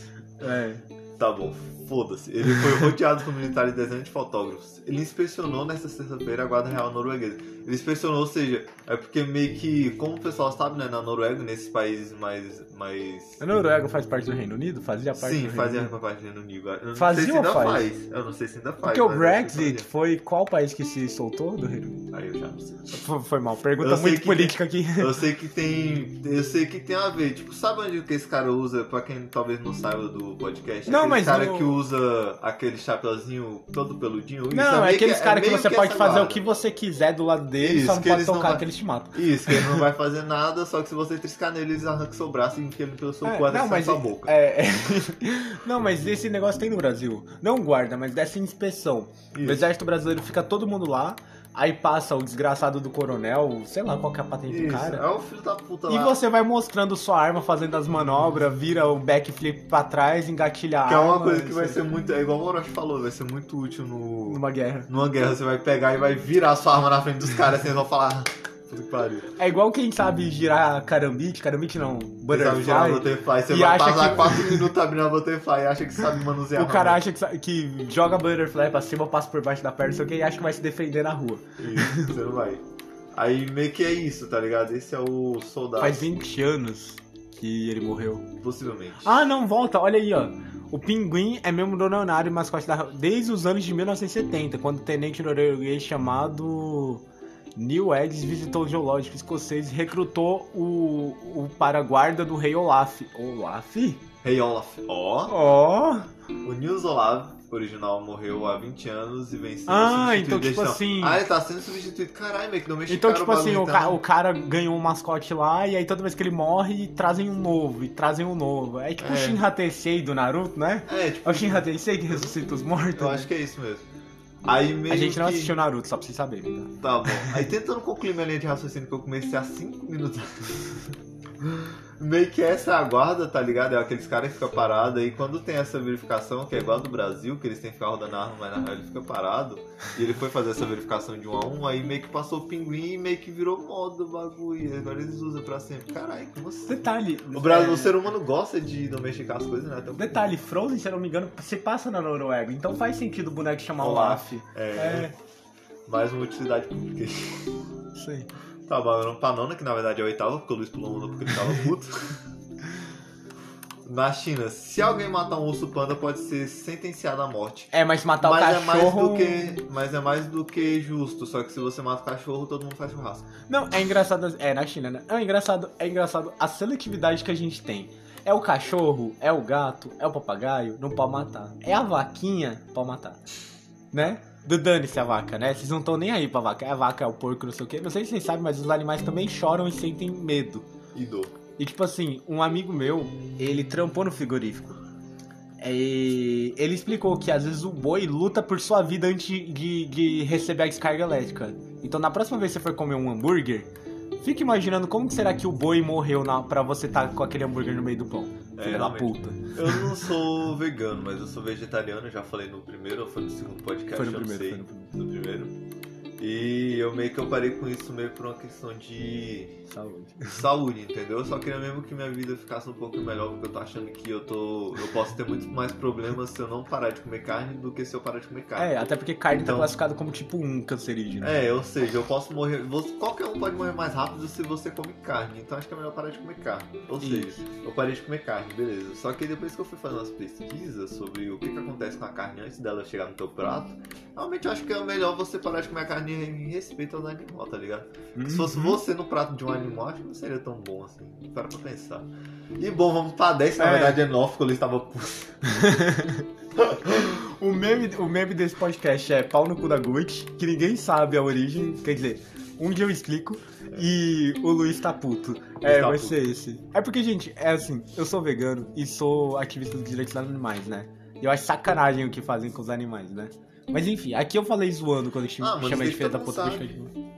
Speaker 2: É.
Speaker 1: Tá bom, foda-se. Ele foi rodeado por militares, dezenas de fotógrafos. Ele inspecionou nesta sexta-feira a Guarda Real Norueguesa. Ele inspecionou, ou seja, é porque meio que, como o pessoal sabe, né, na Noruega, nesses países mais. mais...
Speaker 2: A Noruega faz parte do Reino Unido? Fazia parte
Speaker 1: Sim,
Speaker 2: do
Speaker 1: fazia
Speaker 2: Reino Unido.
Speaker 1: parte do Reino Unido. Eu não
Speaker 2: Fazia
Speaker 1: sei se
Speaker 2: ou
Speaker 1: ainda
Speaker 2: faz?
Speaker 1: faz? Eu não sei se ainda faz.
Speaker 2: Porque o
Speaker 1: mas eu sei que
Speaker 2: Brexit foi qual país que se soltou do Reino Unido?
Speaker 1: fazia. Aí eu já não sei.
Speaker 2: Foi, foi mal, pergunta
Speaker 1: Eu sei
Speaker 2: muito
Speaker 1: que-
Speaker 2: política aqui.
Speaker 1: Eu sei que tem. Eu sei que tem a ver. Tipo, sabe onde que esse cara usa, pra quem talvez não saiba do podcast?
Speaker 2: Não,
Speaker 1: aquele
Speaker 2: mas
Speaker 1: cara
Speaker 2: no-
Speaker 1: que usa aquele chapeuzinho todo peludinho. Isso,
Speaker 2: Não,
Speaker 1: meio
Speaker 2: é aqueles
Speaker 1: que-
Speaker 2: caras que
Speaker 1: meio
Speaker 2: você pode
Speaker 1: essa
Speaker 2: fazer o
Speaker 1: guarda.
Speaker 2: que você quiser do lado deles,
Speaker 1: Isso,
Speaker 2: só não
Speaker 1: que
Speaker 2: pode
Speaker 1: eles não
Speaker 2: tocar
Speaker 1: vai-
Speaker 2: que eles te matam.
Speaker 1: Isso, que ele não vai fazer nada, só que se você triscar nele, eles arrancam seu braço e enfiam ele pelo seu
Speaker 2: É,
Speaker 1: cu até
Speaker 2: não,
Speaker 1: sair
Speaker 2: mas-
Speaker 1: sua boca.
Speaker 2: É, é. Não, mas esse negócio tem no Brasil. Não guarda, mas dessa inspeção. O
Speaker 1: Isso.
Speaker 2: exército brasileiro fica todo mundo lá, aí passa o desgraçado do coronel, sei lá qual que é a patente do
Speaker 1: Isso,
Speaker 2: cara.
Speaker 1: é o filho da puta
Speaker 2: E
Speaker 1: lá.
Speaker 2: você vai mostrando sua arma, fazendo as manobras, vira o backflip pra trás, engatilha a
Speaker 1: Que é uma
Speaker 2: arma,
Speaker 1: coisa que vai
Speaker 2: Ah, isso-
Speaker 1: ser muito. É igual o Orochi falou, vai ser muito útil no.
Speaker 2: Numa guerra.
Speaker 1: Numa guerra, você vai pegar e vai virar sua arma na frente dos caras, assim, eles vão falar. Puta que pariu.
Speaker 2: É igual quem sabe girar carambite, carambite não,
Speaker 1: Você sabe girar a
Speaker 2: butterfly.
Speaker 1: Butterfly, você
Speaker 2: E
Speaker 1: vai
Speaker 2: acha
Speaker 1: passar
Speaker 2: que-
Speaker 1: 4 minutos abrindo a Butterfly e acha que sabe manusear.
Speaker 2: O cara acha que, sa- que joga butterfly pra cima, passa por baixo da perna, não sei o que, e acha que vai se defender na rua.
Speaker 1: Isso, Você não vai. Aí meio que é isso, tá ligado? Esse é o soldado.
Speaker 2: Faz 20 anos que ele morreu.
Speaker 1: Possivelmente.
Speaker 2: Ah, não, volta, olha aí, ó. O Pinguim é membro do Leonário e mascote da desde os anos de 1970, quando o tenente norueguês chamado Neil Edges visitou o geológico escocês e recrutou o, o paraguarda do rei Olaf. Olaf?
Speaker 1: Rei Olaf. Ó.
Speaker 2: Ó!
Speaker 1: O Nils Olav, original, morreu há 20 anos e vem sendo
Speaker 2: Ah,
Speaker 1: substituído
Speaker 2: então,
Speaker 1: desde
Speaker 2: tipo
Speaker 1: então.
Speaker 2: assim-
Speaker 1: Ah, ele tá sendo substituído. Caralho, meio que não mexeu
Speaker 2: Então, tipo assim, o,
Speaker 1: né?
Speaker 2: ca- o cara ganhou um mascote lá, e aí toda vez que ele morre, trazem um novo, e trazem um novo. É tipo o
Speaker 1: É.
Speaker 2: Shinra Tensei do Naruto, né?
Speaker 1: É, tipo,
Speaker 2: É o Shinra Tensei que ressuscita os mortos.
Speaker 1: eu acho que é isso mesmo. Aí meio
Speaker 2: A gente não
Speaker 1: que...
Speaker 2: assistiu Naruto, só pra vocês saberem.
Speaker 1: Tá
Speaker 2: Tá?
Speaker 1: bom. Aí tentando concluir minha linha de raciocínio que eu comecei há 5 minutos. Meio que essa é a guarda, tá ligado? É aqueles caras que ficam parados. Aí quando tem essa verificação, que é igual a do Brasil, que eles têm que ficar rodando a arma, mas na real ele fica parado. E ele foi fazer essa verificação de um a um, aí meio que passou o pinguim e meio que virou moda o bagulho. E Agora eles usam pra sempre. Caralho, como
Speaker 2: tá?
Speaker 1: assim?
Speaker 2: Detalhe.
Speaker 1: O, Brasil, o
Speaker 2: é,
Speaker 1: ser humano gosta de domesticar as coisas, né? Então,
Speaker 2: Detalhe, Frozen, se eu não me engano, se passa na Noruega, então faz sentido o boneco chamar Olaf.
Speaker 1: Olaf.
Speaker 2: É,
Speaker 1: É, mais uma utilidade pública.
Speaker 2: isso aí.
Speaker 1: Tá balando pra nona, que na verdade é a oitava, porque o Luiz pulou uma porque ele tava puto. Na China, se alguém matar um urso panda, pode ser sentenciado à morte.
Speaker 2: É, mas matar
Speaker 1: mas,
Speaker 2: o
Speaker 1: é mais
Speaker 2: cachorro.
Speaker 1: do que, mas é mais do que justo, só que se você mata o cachorro, todo mundo faz churrasco.
Speaker 2: Não, é engraçado. É, na China, né? É engraçado, é engraçado a seletividade que a gente tem. É o cachorro, é o gato, é o papagaio, não pode matar. É a vaquinha, pode matar. Né? Do dane-se a vaca, né? Vocês não estão nem aí pra vaca. É a vaca, é o porco, não sei o quê. Não sei se vocês sabem, mas os animais também choram e sentem medo.
Speaker 1: E dor.
Speaker 2: E tipo assim, um amigo meu, ele trampou no frigorífico. E ele explicou que às vezes o boi luta por sua vida antes de, de receber a descarga elétrica. Então na próxima vez que você for comer um hambúrguer, fica imaginando como que será que o boi morreu na, pra você estar com aquele hambúrguer no meio do pão.
Speaker 1: É,
Speaker 2: Filha da
Speaker 1: realmente.
Speaker 2: puta.
Speaker 1: Eu não sou vegano, mas eu sou vegetariano, já falei no primeiro ou foi no segundo podcast,
Speaker 2: Foi no
Speaker 1: eu não
Speaker 2: primeiro,
Speaker 1: sei.
Speaker 2: foi no primeiro.
Speaker 1: no primeiro. E eu meio que eu parei com isso meio por uma questão de
Speaker 2: Saúde.
Speaker 1: saúde, entendeu? Eu só queria mesmo que minha vida ficasse um pouco melhor, porque eu tô achando que eu tô. eu posso ter muito mais problemas se eu não parar de comer carne do que se eu parar de comer carne.
Speaker 2: É, até porque carne
Speaker 1: Então-
Speaker 2: tá classificada como tipo 1 cancerígeno.
Speaker 1: É, ou seja, eu posso morrer. você- qualquer um pode morrer mais rápido se você come carne. Então acho que é melhor parar de comer carne. Ou seja,
Speaker 2: Isso.
Speaker 1: eu parei de comer carne, beleza. Só que depois que eu fui fazendo as pesquisas sobre o que, que acontece com a carne antes dela chegar no teu prato, realmente eu acho que é melhor você parar de comer a carne em respeito aos animais, tá ligado?
Speaker 2: Hum.
Speaker 1: Se fosse você no prato de um animal, acho que não seria tão bom assim. Para pra pensar. E bom, vamos pra 10, na
Speaker 2: É.
Speaker 1: verdade é 9, porque eu estava puto.
Speaker 2: O meme, o meme desse podcast é pau no cu da Gucci, que ninguém sabe a origem, quer dizer, um dia eu explico e o Luiz tá puto. É,
Speaker 1: tá
Speaker 2: vai
Speaker 1: puto.
Speaker 2: ser esse. É porque, gente, é assim, eu sou vegano e sou ativista dos direitos dos animais, né? E eu acho sacanagem o que fazem com os animais, né? Mas enfim, aqui eu falei zoando quando eu cham-
Speaker 1: Ah, mano,
Speaker 2: chamei de
Speaker 1: isso aí
Speaker 2: filha da
Speaker 1: todo
Speaker 2: puta.
Speaker 1: mundo
Speaker 2: bicho,
Speaker 1: sabe.
Speaker 2: eu-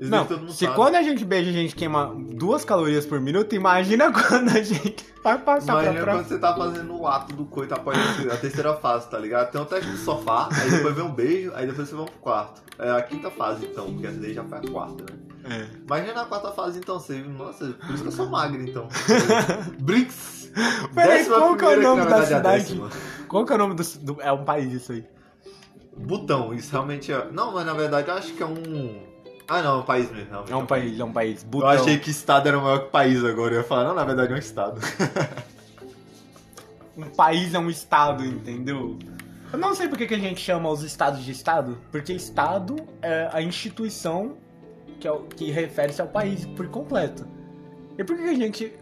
Speaker 1: Isso
Speaker 2: Não,
Speaker 1: aí todo mundo
Speaker 2: se
Speaker 1: sabe.
Speaker 2: quando a gente beija, a gente queima duas calorias por minuto, imagina quando a gente vai passar
Speaker 1: Imagina
Speaker 2: pra próxima.
Speaker 1: quando você tá fazendo o ato do coito após a terceira fase, tá ligado? Tem um teste do sofá, aí depois vem um beijo, aí depois você vai pro quarto. É a quinta fase, então, porque essa daí já foi a quarta, né?
Speaker 2: É.
Speaker 1: Imagina na quarta fase, então, você... Nossa, por isso que eu sou magro, então. Bricks!
Speaker 2: Peraí, qual que é o
Speaker 1: primeira,
Speaker 2: nome
Speaker 1: na verdade, é
Speaker 2: da
Speaker 1: a
Speaker 2: cidade?
Speaker 1: décima.
Speaker 2: Qual que é o nome do, do- É um país isso aí.
Speaker 1: Butão, isso realmente é... Não, mas na verdade eu acho que é um... Ah, não, é um país mesmo. realmente
Speaker 2: É um país, é um país.
Speaker 1: Eu
Speaker 2: Butão.
Speaker 1: achei que estado era maior que país agora. Eu ia falar, não, na verdade é um estado.
Speaker 2: Um país é um estado, entendeu? Eu não sei por que que a gente chama os estados de estado, porque estado é a instituição que, é o- que refere-se ao país por completo. E por que que a gente...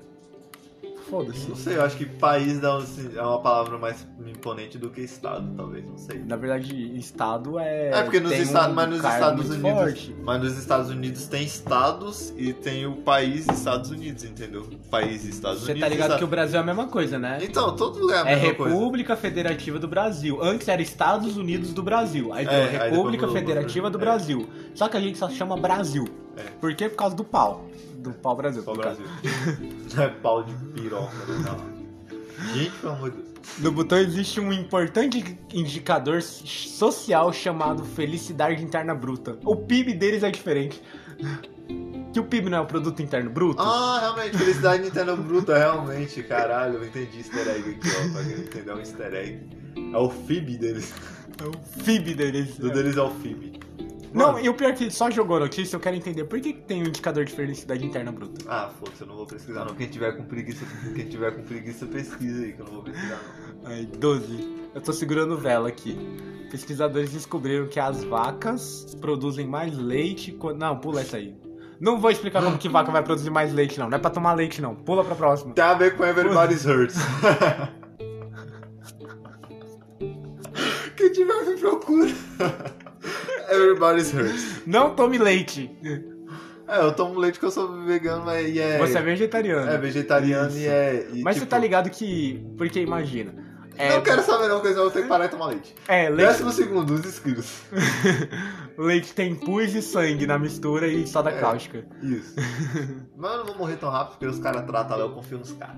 Speaker 2: Foda-se.
Speaker 1: Não sei, eu acho que país dá um- é uma palavra mais imponente do que estado, talvez, não sei.
Speaker 2: Na verdade, estado é...
Speaker 1: É, porque nos
Speaker 2: tem um
Speaker 1: estados- mas nos
Speaker 2: cargo
Speaker 1: Estados
Speaker 2: muito
Speaker 1: Unidos-
Speaker 2: forte.
Speaker 1: Mas nos Estados Unidos tem estados e tem o país Estados Unidos, entendeu? País Estados
Speaker 2: Você
Speaker 1: Unidos.
Speaker 2: tá ligado que o
Speaker 1: Estados-
Speaker 2: Brasil é a mesma coisa, né?
Speaker 1: Então, todo lugar é a
Speaker 2: É
Speaker 1: mesma coisa.
Speaker 2: República Federativa do Brasil. Antes era Estados Unidos do Brasil. Aí
Speaker 1: É,
Speaker 2: virou
Speaker 1: aí depois
Speaker 2: República
Speaker 1: mudou,
Speaker 2: Federativa do
Speaker 1: é.
Speaker 2: Brasil. Só que a gente só chama Brasil.
Speaker 1: É.
Speaker 2: Por quê? Por causa do pau. Do pau Brasil.
Speaker 1: Só o
Speaker 2: por causa.
Speaker 1: Brasil. é pau de piroca, né, cara? Gente, pelo amor de Deus.
Speaker 2: No botão existe um importante indicador social chamado felicidade interna bruta. O PIB deles é diferente. Que o PIB não é o produto interno bruto?
Speaker 1: Ah, realmente, felicidade Nintendo Bruta, realmente, caralho, eu entendi easter egg aqui, ó. Pra quem não entendeu, é um easter egg. É o FIB deles.
Speaker 2: É o PIB deles.
Speaker 1: Do deles é o FIB.
Speaker 2: Não, e o pior é que só jogou a notícia, eu quero entender por que que tem um indicador de felicidade interna bruta.
Speaker 1: Ah, foda-se, eu não vou pesquisar não. Quem tiver com preguiça, quem tiver com preguiça, pesquisa aí, que eu não vou pesquisar não.
Speaker 2: Aí, 12. Eu tô segurando vela aqui. Pesquisadores descobriram que as vacas produzem mais leite quando. Não, pula essa aí. Não vou explicar como que vaca vai produzir mais leite, não. Não é pra tomar leite, não. Pula pra próxima.
Speaker 1: Tem a ver com Everybody's Hurts. quem tiver me procura. Everybody's Hurts.
Speaker 2: Não tome leite.
Speaker 1: É, eu tomo leite que eu sou vegano, mas e é...
Speaker 2: Você é
Speaker 1: É,
Speaker 2: vegetariano.
Speaker 1: vegetariano e
Speaker 2: Isso.
Speaker 1: é... e,
Speaker 2: Mas
Speaker 1: tipo,
Speaker 2: você tá ligado que. Porque imagina. É,
Speaker 1: Não quero saber não, porque senão eu vou ter que parar e tomar leite.
Speaker 2: é, leite,
Speaker 1: Décimo segundo, os inscritos.
Speaker 2: leite tem pus e sangue na mistura e soda
Speaker 1: É.
Speaker 2: cáustica.
Speaker 1: Isso. Mas eu não vou morrer tão rápido porque os caras tratam lá, eu confio nos caras.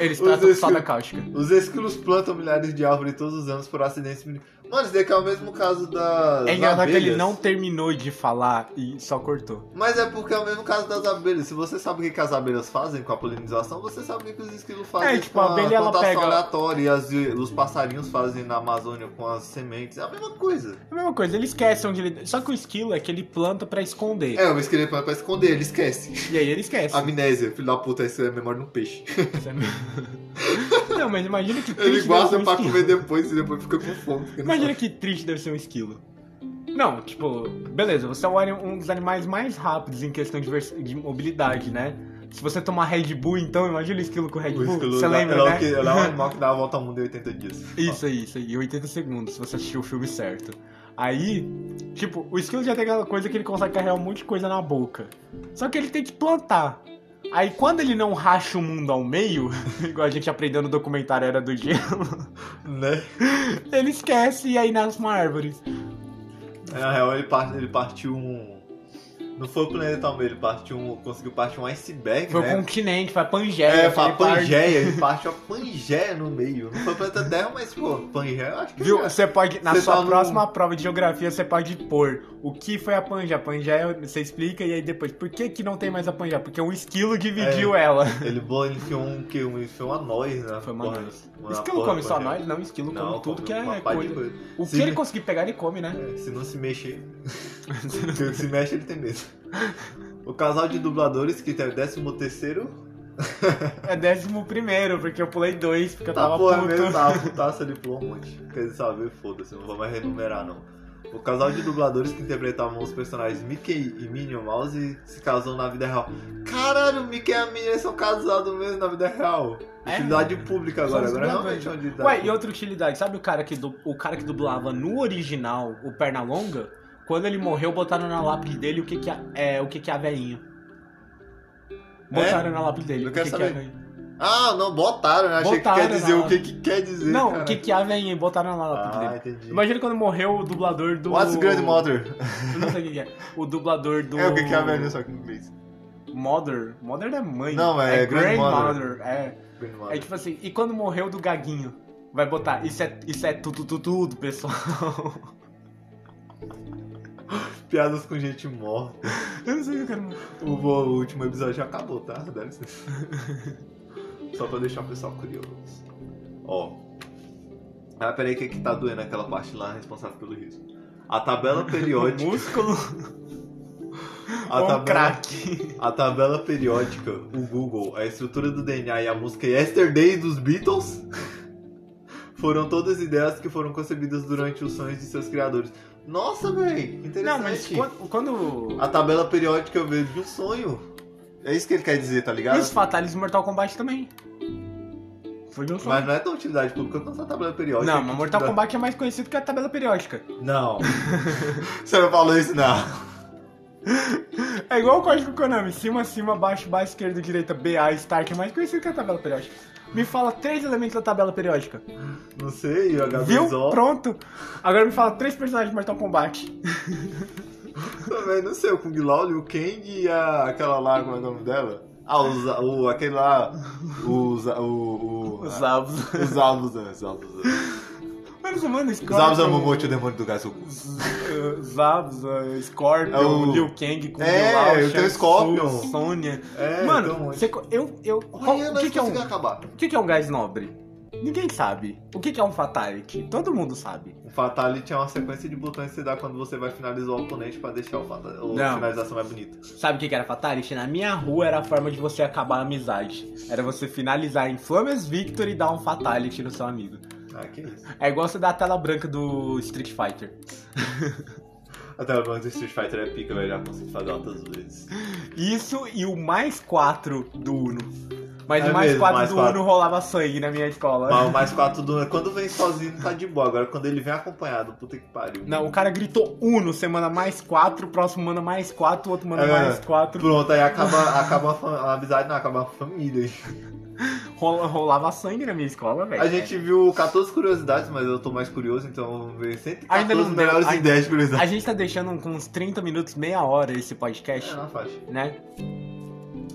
Speaker 2: Eles
Speaker 1: Os
Speaker 2: tratam
Speaker 1: esqui-
Speaker 2: soda cáustica.
Speaker 1: Os esquilos plantam milhares de árvores todos os anos por acidentes. mini- Mano, isso daqui é o mesmo caso das
Speaker 2: É engraçado que
Speaker 1: abelhas.
Speaker 2: ele não terminou de falar e só cortou.
Speaker 1: Mas é porque é o mesmo caso das abelhas. Se você sabe o que, que as abelhas fazem com a polinização, você sabe o que, que os esquilos fazem
Speaker 2: É, tipo,
Speaker 1: com
Speaker 2: a abelha, ela
Speaker 1: plantação
Speaker 2: pega-
Speaker 1: aleatória e as- e os passarinhos fazem na Amazônia com as sementes. É a mesma coisa.
Speaker 2: É a mesma coisa, ele esquece onde ele. Só que o esquilo é que ele planta pra esconder.
Speaker 1: É, Ah. o esquilo planta pra esconder, ele esquece.
Speaker 2: E aí ele esquece.
Speaker 1: Amnésia, filho da puta, isso é memória de um peixe.
Speaker 2: Isso é mesmo. Não, mas imagina que triste.
Speaker 1: Ele guarda
Speaker 2: deve ser um
Speaker 1: pra
Speaker 2: esquilo.
Speaker 1: comer depois e depois fica com fome. porque não
Speaker 2: Imagina que triste deve ser um esquilo. Não, tipo, beleza, você é um ani- um dos animais mais rápidos em questão de, vers- de mobilidade, né? Se você tomar Red Bull, então, imagina o esquilo com Red
Speaker 1: O
Speaker 2: Bull.
Speaker 1: esquilo
Speaker 2: você
Speaker 1: dá-
Speaker 2: lembra,
Speaker 1: ela,
Speaker 2: né?
Speaker 1: que- ela é um animal que dá a volta ao mundo em 80 dias.
Speaker 2: Isso aí, isso aí, em 80 segundos, se você assistiu o filme certo. Aí, tipo, o esquilo já tem aquela coisa que ele consegue carregar um monte de coisa na boca. Só que ele tem que plantar. Aí quando ele não racha o mundo ao meio, igual a gente aprendeu no documentário Era do Gelo,
Speaker 1: Né?
Speaker 2: ele esquece e aí nasce uma árvore.
Speaker 1: Na real, ele, par- ele partiu um. Não foi o planeta Almeida, ele partiu um. Conseguiu partir um iceberg,
Speaker 2: Foi
Speaker 1: né?
Speaker 2: o continente, foi a Pangeia.
Speaker 1: É,
Speaker 2: foi
Speaker 1: pra Pangeia, ele parte a Pangeia no meio. Não foi o planeta Terra, mas, pô, Pangeia eu acho que.
Speaker 2: Viu?
Speaker 1: é.
Speaker 2: Você pode. Na
Speaker 1: Você
Speaker 2: sua
Speaker 1: tá num-
Speaker 2: próxima prova de geografia, você pode pôr o que foi a Pangeia. A Pangeia você explica e aí depois. Por que, que não tem mais a Pangeia? Porque um esquilo dividiu
Speaker 1: É.
Speaker 2: ela.
Speaker 1: Ele, bo- ele enfiou um que um, enfiou uma noz, né?
Speaker 2: Foi uma
Speaker 1: Porra,
Speaker 2: noz.
Speaker 1: uma
Speaker 2: esquilo
Speaker 1: porra,
Speaker 2: come só
Speaker 1: Pangeia.
Speaker 2: nós? Não, esquilo
Speaker 1: Não,
Speaker 2: come tudo que
Speaker 1: uma
Speaker 2: é
Speaker 1: pá de
Speaker 2: coisa.
Speaker 1: coisa.
Speaker 2: O
Speaker 1: Sim.
Speaker 2: que ele conseguir pegar, ele come, né?
Speaker 1: É, Se não se mexer. Porque o que se mexe, ele tem medo. O casal de dubladores, que tem o 13 terceiro.
Speaker 2: É décimo primeiro, porque eu pulei dois, porque eu
Speaker 1: Tá
Speaker 2: tava
Speaker 1: porra
Speaker 2: puto.
Speaker 1: mesmo, tava putaça, ele pulou um monte. Quer saber, foda-se, não vou mais renumerar não. O casal de dubladores que interpretavam os personagens Mickey e Minnie Mouse se casou na vida real. Caralho, o Mickey e a Minnie são casados mesmo na vida real.
Speaker 2: É?
Speaker 1: Utilidade pública
Speaker 2: São
Speaker 1: agora,
Speaker 2: os
Speaker 1: agora é
Speaker 2: dubladores.
Speaker 1: realmente é uma utilidade
Speaker 2: Ué, e
Speaker 1: pública.
Speaker 2: outra utilidade, sabe o cara que du- o cara que dublava no original o Pernalonga? Quando ele morreu, botaram na lápide dele o que que é, é, o que que é a velhinha.
Speaker 1: É?
Speaker 2: Botaram na lápide dele
Speaker 1: Não
Speaker 2: o
Speaker 1: quero
Speaker 2: que que é a
Speaker 1: saber.
Speaker 2: velhinha.
Speaker 1: Ah, não, botaram, né? Achei
Speaker 2: Botaram
Speaker 1: que quer dizer
Speaker 2: na-
Speaker 1: o que, que quer dizer.
Speaker 2: Não,
Speaker 1: cara.
Speaker 2: o que que é a velhinha e botaram na lápide
Speaker 1: Ah,
Speaker 2: dele.
Speaker 1: entendi.
Speaker 2: Imagina quando morreu o dublador do...
Speaker 1: What's Great Mother?
Speaker 2: Eu não sei o que que é. O dublador do...
Speaker 1: É o que que é a velhinha só que em inglês.
Speaker 2: Mother. Mother não é mãe.
Speaker 1: Não, é grandmother.
Speaker 2: grandmother. É.
Speaker 1: Great Mother.
Speaker 2: É tipo assim, e quando morreu do gaguinho? Vai botar, isso é, isso é tudo, tudo, tudo, pessoal.
Speaker 1: Piadas com gente morta.
Speaker 2: Eu não sei o que eu quero... um
Speaker 1: O, vo- o último episódio já acabou, tá? Dá licença. Só pra deixar o pessoal curioso. Ó. Ah, peraí que, que tá doendo aquela parte lá responsável pelo risco. A tabela periódica.
Speaker 2: Músculo
Speaker 1: a,
Speaker 2: ou um
Speaker 1: tabela,
Speaker 2: crack?
Speaker 1: a tabela periódica, o Google, a estrutura do DNA e a música Yesterday dos Beatles foram todas ideias que foram concebidas durante os sonhos de seus criadores. Nossa, véi! que Interessante.
Speaker 2: Não, mas quando. quando...
Speaker 1: A tabela periódica eu vejo de um sonho. É isso que ele quer dizer, tá ligado?
Speaker 2: E os fatales do Mortal Kombat também. Foi de um
Speaker 1: Mas
Speaker 2: sonho.
Speaker 1: não é tão utilidade pública quanto a tabela periódica.
Speaker 2: Não,
Speaker 1: que
Speaker 2: mas
Speaker 1: te
Speaker 2: Mortal
Speaker 1: dá-
Speaker 2: Kombat é mais conhecido que a tabela periódica.
Speaker 1: Não. Você não falou isso, não.
Speaker 2: É igual o código Konami: cima, cima, baixo, baixo, esquerda, direita, BA, start. É mais conhecido que a tabela periódica. Me fala três elementos da tabela periódica.
Speaker 1: Não sei, o
Speaker 2: Viu?
Speaker 1: HBZO.
Speaker 2: Pronto. Agora me fala três personagens de Mortal Kombat.
Speaker 1: Também não sei, o Kung Lao, o Kang e a... aquela lá, como é o nome dela? Ah, o, Za- o aquele lá. O. Za- O. O.
Speaker 2: Os Zabos.
Speaker 1: O Zabuzan. Zabuzan.
Speaker 2: Mas, mano, é Scorpion.
Speaker 1: Zabuzan Momote, é o demônio do gás.
Speaker 2: Z- eh, Zabos, eh, Scorpion,
Speaker 1: É o-
Speaker 2: Liu Kang, Kung
Speaker 1: É,
Speaker 2: Lao,
Speaker 1: eu tenho
Speaker 2: Shang
Speaker 1: Scorpion.
Speaker 2: Tsung, Sonya.
Speaker 1: É, então,
Speaker 2: Mano, você co- eu, eu, qual-
Speaker 1: Olha,
Speaker 2: o, que
Speaker 1: nós
Speaker 2: que é um,
Speaker 1: conseguimos acabar.
Speaker 2: o que que é um gás nobre? Ninguém sabe. O que que é um fatality? Todo mundo sabe.
Speaker 1: O Fatality é uma sequência de botões que você dá quando você vai finalizar o oponente pra deixar o fata- o-
Speaker 2: Não.
Speaker 1: a finalização mais bonita.
Speaker 2: Sabe o que que era fatality? Na minha rua era a forma de você acabar a amizade. Era você finalizar em Flames Victory e dar um fatality no seu amigo.
Speaker 1: Ah, que isso.
Speaker 2: É igual você dar a tela branca do Street Fighter.
Speaker 1: Até o do Street Fighter é pica, velho. Já consegui fazer altas vezes.
Speaker 2: Isso e o mais 4 do Uno. Mas
Speaker 1: É
Speaker 2: o mais
Speaker 1: mesmo,
Speaker 2: 4
Speaker 1: mais
Speaker 2: do
Speaker 1: quatro.
Speaker 2: Uno rolava sangue na minha escola.
Speaker 1: Mas o mais 4 do. Quando vem sozinho tá de boa. Agora quando ele vem acompanhado, puta que pariu.
Speaker 2: Não, o cara gritou Uno, você manda mais 4, o próximo manda mais 4, o outro manda
Speaker 1: É.
Speaker 2: mais 4.
Speaker 1: Pronto, aí acaba, acaba a, fa- a amizade, não, acaba a família.
Speaker 2: Rola- rolava sangue na minha escola, velho.
Speaker 1: A gente viu 14 curiosidades, mas eu tô mais curioso, então vamos ver 114
Speaker 2: Ainda não deu,
Speaker 1: melhores
Speaker 2: ainda-
Speaker 1: ideias de curiosidades.
Speaker 2: A gente tá deixando com uns 30 minutos, meia hora esse podcast,
Speaker 1: É, na faixa.
Speaker 2: né?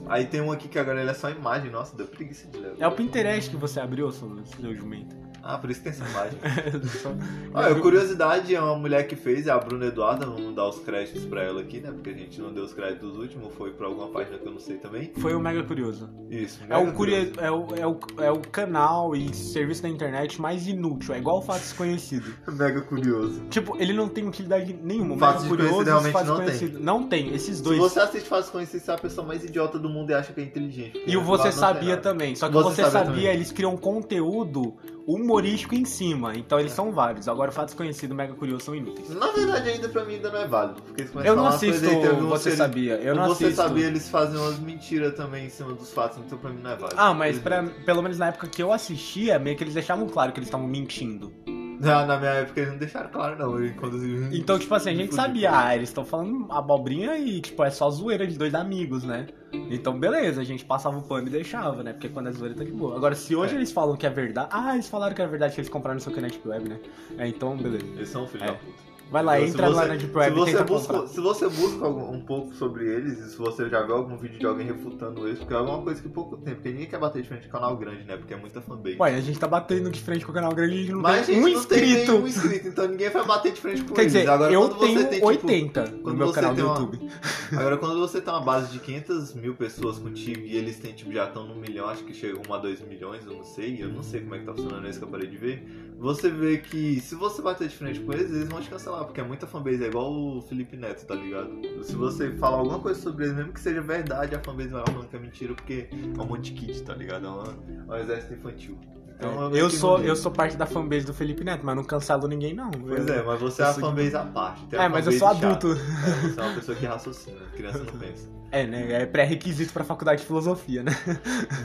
Speaker 1: Aí tem um aqui que agora ele é só imagem, nossa, deu preguiça de ler.
Speaker 2: É o Pinterest que você abriu, seu, seu jumento.
Speaker 1: Ah, por isso que tem essa imagem.
Speaker 2: Eu
Speaker 1: Olha,
Speaker 2: vi-
Speaker 1: curiosidade é uma mulher que fez, é a Bruna Eduarda, vamos dar os créditos pra ela aqui, né? Porque a gente não deu os créditos últimos, foi pra alguma página que eu não sei também.
Speaker 2: Foi o Mega Curioso.
Speaker 1: Isso,
Speaker 2: É o,
Speaker 1: mega
Speaker 2: curio...
Speaker 1: curioso.
Speaker 2: é, o, é, o, é o canal e serviço da internet mais inútil. É igual o Fato Desconhecido.
Speaker 1: Mega curioso.
Speaker 2: tipo, ele não tem utilidade nenhuma.
Speaker 1: Um Fato
Speaker 2: Mega
Speaker 1: Desconhecido
Speaker 2: Curioso e
Speaker 1: realmente
Speaker 2: Fato
Speaker 1: não tem.
Speaker 2: Desconhecido. Não tem. Esses
Speaker 1: Se
Speaker 2: dois.
Speaker 1: você assiste Fácil Conhecer, você é a pessoa mais idiota do mundo e acha que é inteligente. porque
Speaker 2: E o
Speaker 1: lá
Speaker 2: Você
Speaker 1: não tem
Speaker 2: Sabia
Speaker 1: nada.
Speaker 2: também. Só que
Speaker 1: Você
Speaker 2: Você,
Speaker 1: Sabia
Speaker 2: Sabia,
Speaker 1: também.
Speaker 2: eles criam um conteúdo humorístico em cima. Então eles são vários. Agora, Fato Desconhecido e Mega Curioso são inúteis.
Speaker 1: Na verdade, ainda pra mim ainda não é válido. Porque eles começam
Speaker 2: Eu
Speaker 1: a
Speaker 2: não
Speaker 1: falar
Speaker 2: assisto
Speaker 1: coisa, aí teve um
Speaker 2: Você
Speaker 1: que-
Speaker 2: Sabia. Eu
Speaker 1: no
Speaker 2: não
Speaker 1: você
Speaker 2: assisto.
Speaker 1: sabia, eles fazem umas mentiras também em cima dos fatos, então pra mim não é válido.
Speaker 2: Ah, mas pra- pelo menos na época que eu assistia, meio que eles deixavam claro que eles estavam mentindo.
Speaker 1: Na, na minha época eles não deixaram claro, não. E quando-
Speaker 2: Então, tipo assim, a gente
Speaker 1: Fudido.
Speaker 2: sabia, ah, eles estão falando abobrinha e, tipo, é só zoeira de dois amigos, né? Então, beleza, a gente passava o pano e deixava, né? Porque quando é zoeira tá de boa. Agora, se hoje
Speaker 1: É.
Speaker 2: eles falam que é verdade. Ah, eles falaram que é verdade que eles compraram no seu que na Deep Web, né? É, então, beleza.
Speaker 1: Eles são filhos
Speaker 2: É.
Speaker 1: da puta.
Speaker 2: Vai lá,
Speaker 1: Então, se
Speaker 2: entra lá
Speaker 1: você-
Speaker 2: na Deep
Speaker 1: Se
Speaker 2: Web e
Speaker 1: você, é
Speaker 2: tenta
Speaker 1: busca,
Speaker 2: comprar.
Speaker 1: se você busca algum- um pouco sobre eles, e se você já viu algum vídeo de alguém refutando eles, porque é alguma coisa que pouco tem, porque ninguém quer bater de frente com canal grande, né? Porque é muita fanbase.
Speaker 2: Ué, a gente tá batendo de frente com o canal grande e a gente não
Speaker 1: Mas a
Speaker 2: tem
Speaker 1: gente
Speaker 2: um
Speaker 1: não tem
Speaker 2: inscrito.
Speaker 1: nenhum inscrito, então ninguém vai bater de frente com
Speaker 2: Quer
Speaker 1: eles.
Speaker 2: dizer,
Speaker 1: agora,
Speaker 2: eu
Speaker 1: quando você
Speaker 2: tenho
Speaker 1: tem, tipo,
Speaker 2: 80 no
Speaker 1: quando
Speaker 2: meu
Speaker 1: você
Speaker 2: canal do
Speaker 1: tem uma-
Speaker 2: YouTube.
Speaker 1: Agora, quando você tem uma base de 500 mil pessoas contigo e eles têm, tipo, já estão num milhão, acho que chegou uma a dois milhões, eu não sei, eu não sei como é que tá funcionando isso que eu parei de ver. Você vê que se você bater de frente com eles, eles vão te cancelar, porque é muita fanbase, é igual o Felipe Neto, tá ligado? Se você falar alguma coisa sobre eles, mesmo que seja verdade, a fanbase vai lá falando que é mentira, porque é um monte de kid, tá ligado? É uma- é um exército infantil. Então, é meio
Speaker 2: eu,
Speaker 1: que
Speaker 2: sou,
Speaker 1: ruim.
Speaker 2: eu sou parte da fanbase do Felipe Neto, mas não cancelo ninguém, não.
Speaker 1: Pois é, mas você é
Speaker 2: eu
Speaker 1: a
Speaker 2: sou de-
Speaker 1: fanbase à parte. tem a
Speaker 2: É, mas eu sou
Speaker 1: fanbase chata.
Speaker 2: adulto.
Speaker 1: É, você é uma pessoa que raciocina, criança não pensa.
Speaker 2: É, né? É pré-requisito pra faculdade de filosofia, né?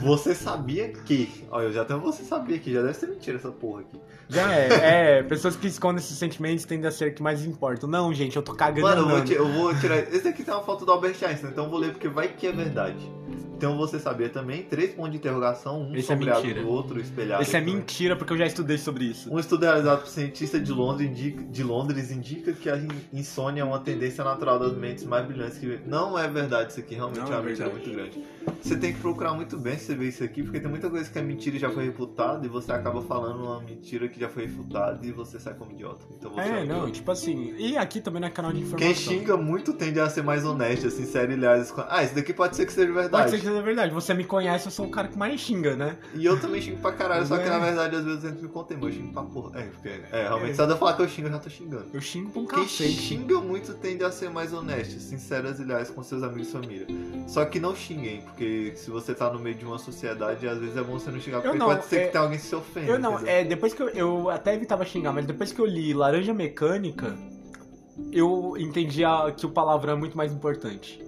Speaker 1: Você sabia que. Olha, eu já até você sabia que já deve ser mentira essa porra aqui.
Speaker 2: Já é. É, pessoas que escondem esses sentimentos tendem a ser que mais importam. Não, gente, eu tô cagando.
Speaker 1: Mano, eu vou,
Speaker 2: andando.
Speaker 1: ti- eu vou tirar. Esse aqui tem uma foto do Albert Einstein, então eu vou ler porque vai que é verdade. Então você sabia também, três pontos de interrogação, um
Speaker 2: Esse é
Speaker 1: sombreado
Speaker 2: mentira.
Speaker 1: do outro, espelhado. né?
Speaker 2: Isso é
Speaker 1: também.
Speaker 2: mentira, porque eu já estudei sobre isso.
Speaker 1: Um estudo realizado por cientistas de Londres, indica, de Londres indica que a in- insônia é uma tendência natural das mentes mais brilhantes que Não é verdade isso aqui, realmente
Speaker 2: Não
Speaker 1: é
Speaker 2: é
Speaker 1: uma mentira
Speaker 2: verdade.
Speaker 1: muito grande. Você tem que procurar muito bem se você vê isso aqui, porque tem muita coisa que é mentira e já foi refutada, e você acaba falando uma mentira que já foi refutada e você sai como idiota. Então você
Speaker 2: É,
Speaker 1: um
Speaker 2: não,
Speaker 1: idiota.
Speaker 2: tipo assim. E aqui também não é canal de informação.
Speaker 1: Quem xinga muito tende a ser mais honesto, sincero e leal. Ah, isso daqui pode ser que seja
Speaker 2: Pode
Speaker 1: é verdade.
Speaker 2: ser que seja verdade. Você me conhece, eu sou o cara que mais xinga, né?
Speaker 1: E eu também xingo pra caralho, só que
Speaker 2: É.
Speaker 1: na verdade às vezes eu me contei, mas eu xingo pra porra. É, porque, é realmente
Speaker 2: É.
Speaker 1: só de eu falar que eu xingo, eu já tô xingando.
Speaker 2: Eu xingo pra um
Speaker 1: Quem
Speaker 2: cacete.
Speaker 1: xinga muito tende a ser mais honesto, sincero e leais com seus amigos e família. Só que não xinguem, porque se você tá no meio de uma sociedade, às vezes é bom você não xingar,
Speaker 2: Eu
Speaker 1: porque
Speaker 2: não,
Speaker 1: pode ser
Speaker 2: é-
Speaker 1: que tenha alguém que se ofenda.
Speaker 2: Eu não,
Speaker 1: entendeu?
Speaker 2: é, depois que eu, eu até evitava xingar, mas depois que eu li Laranja Mecânica, eu entendi a- que o palavrão é muito mais importante.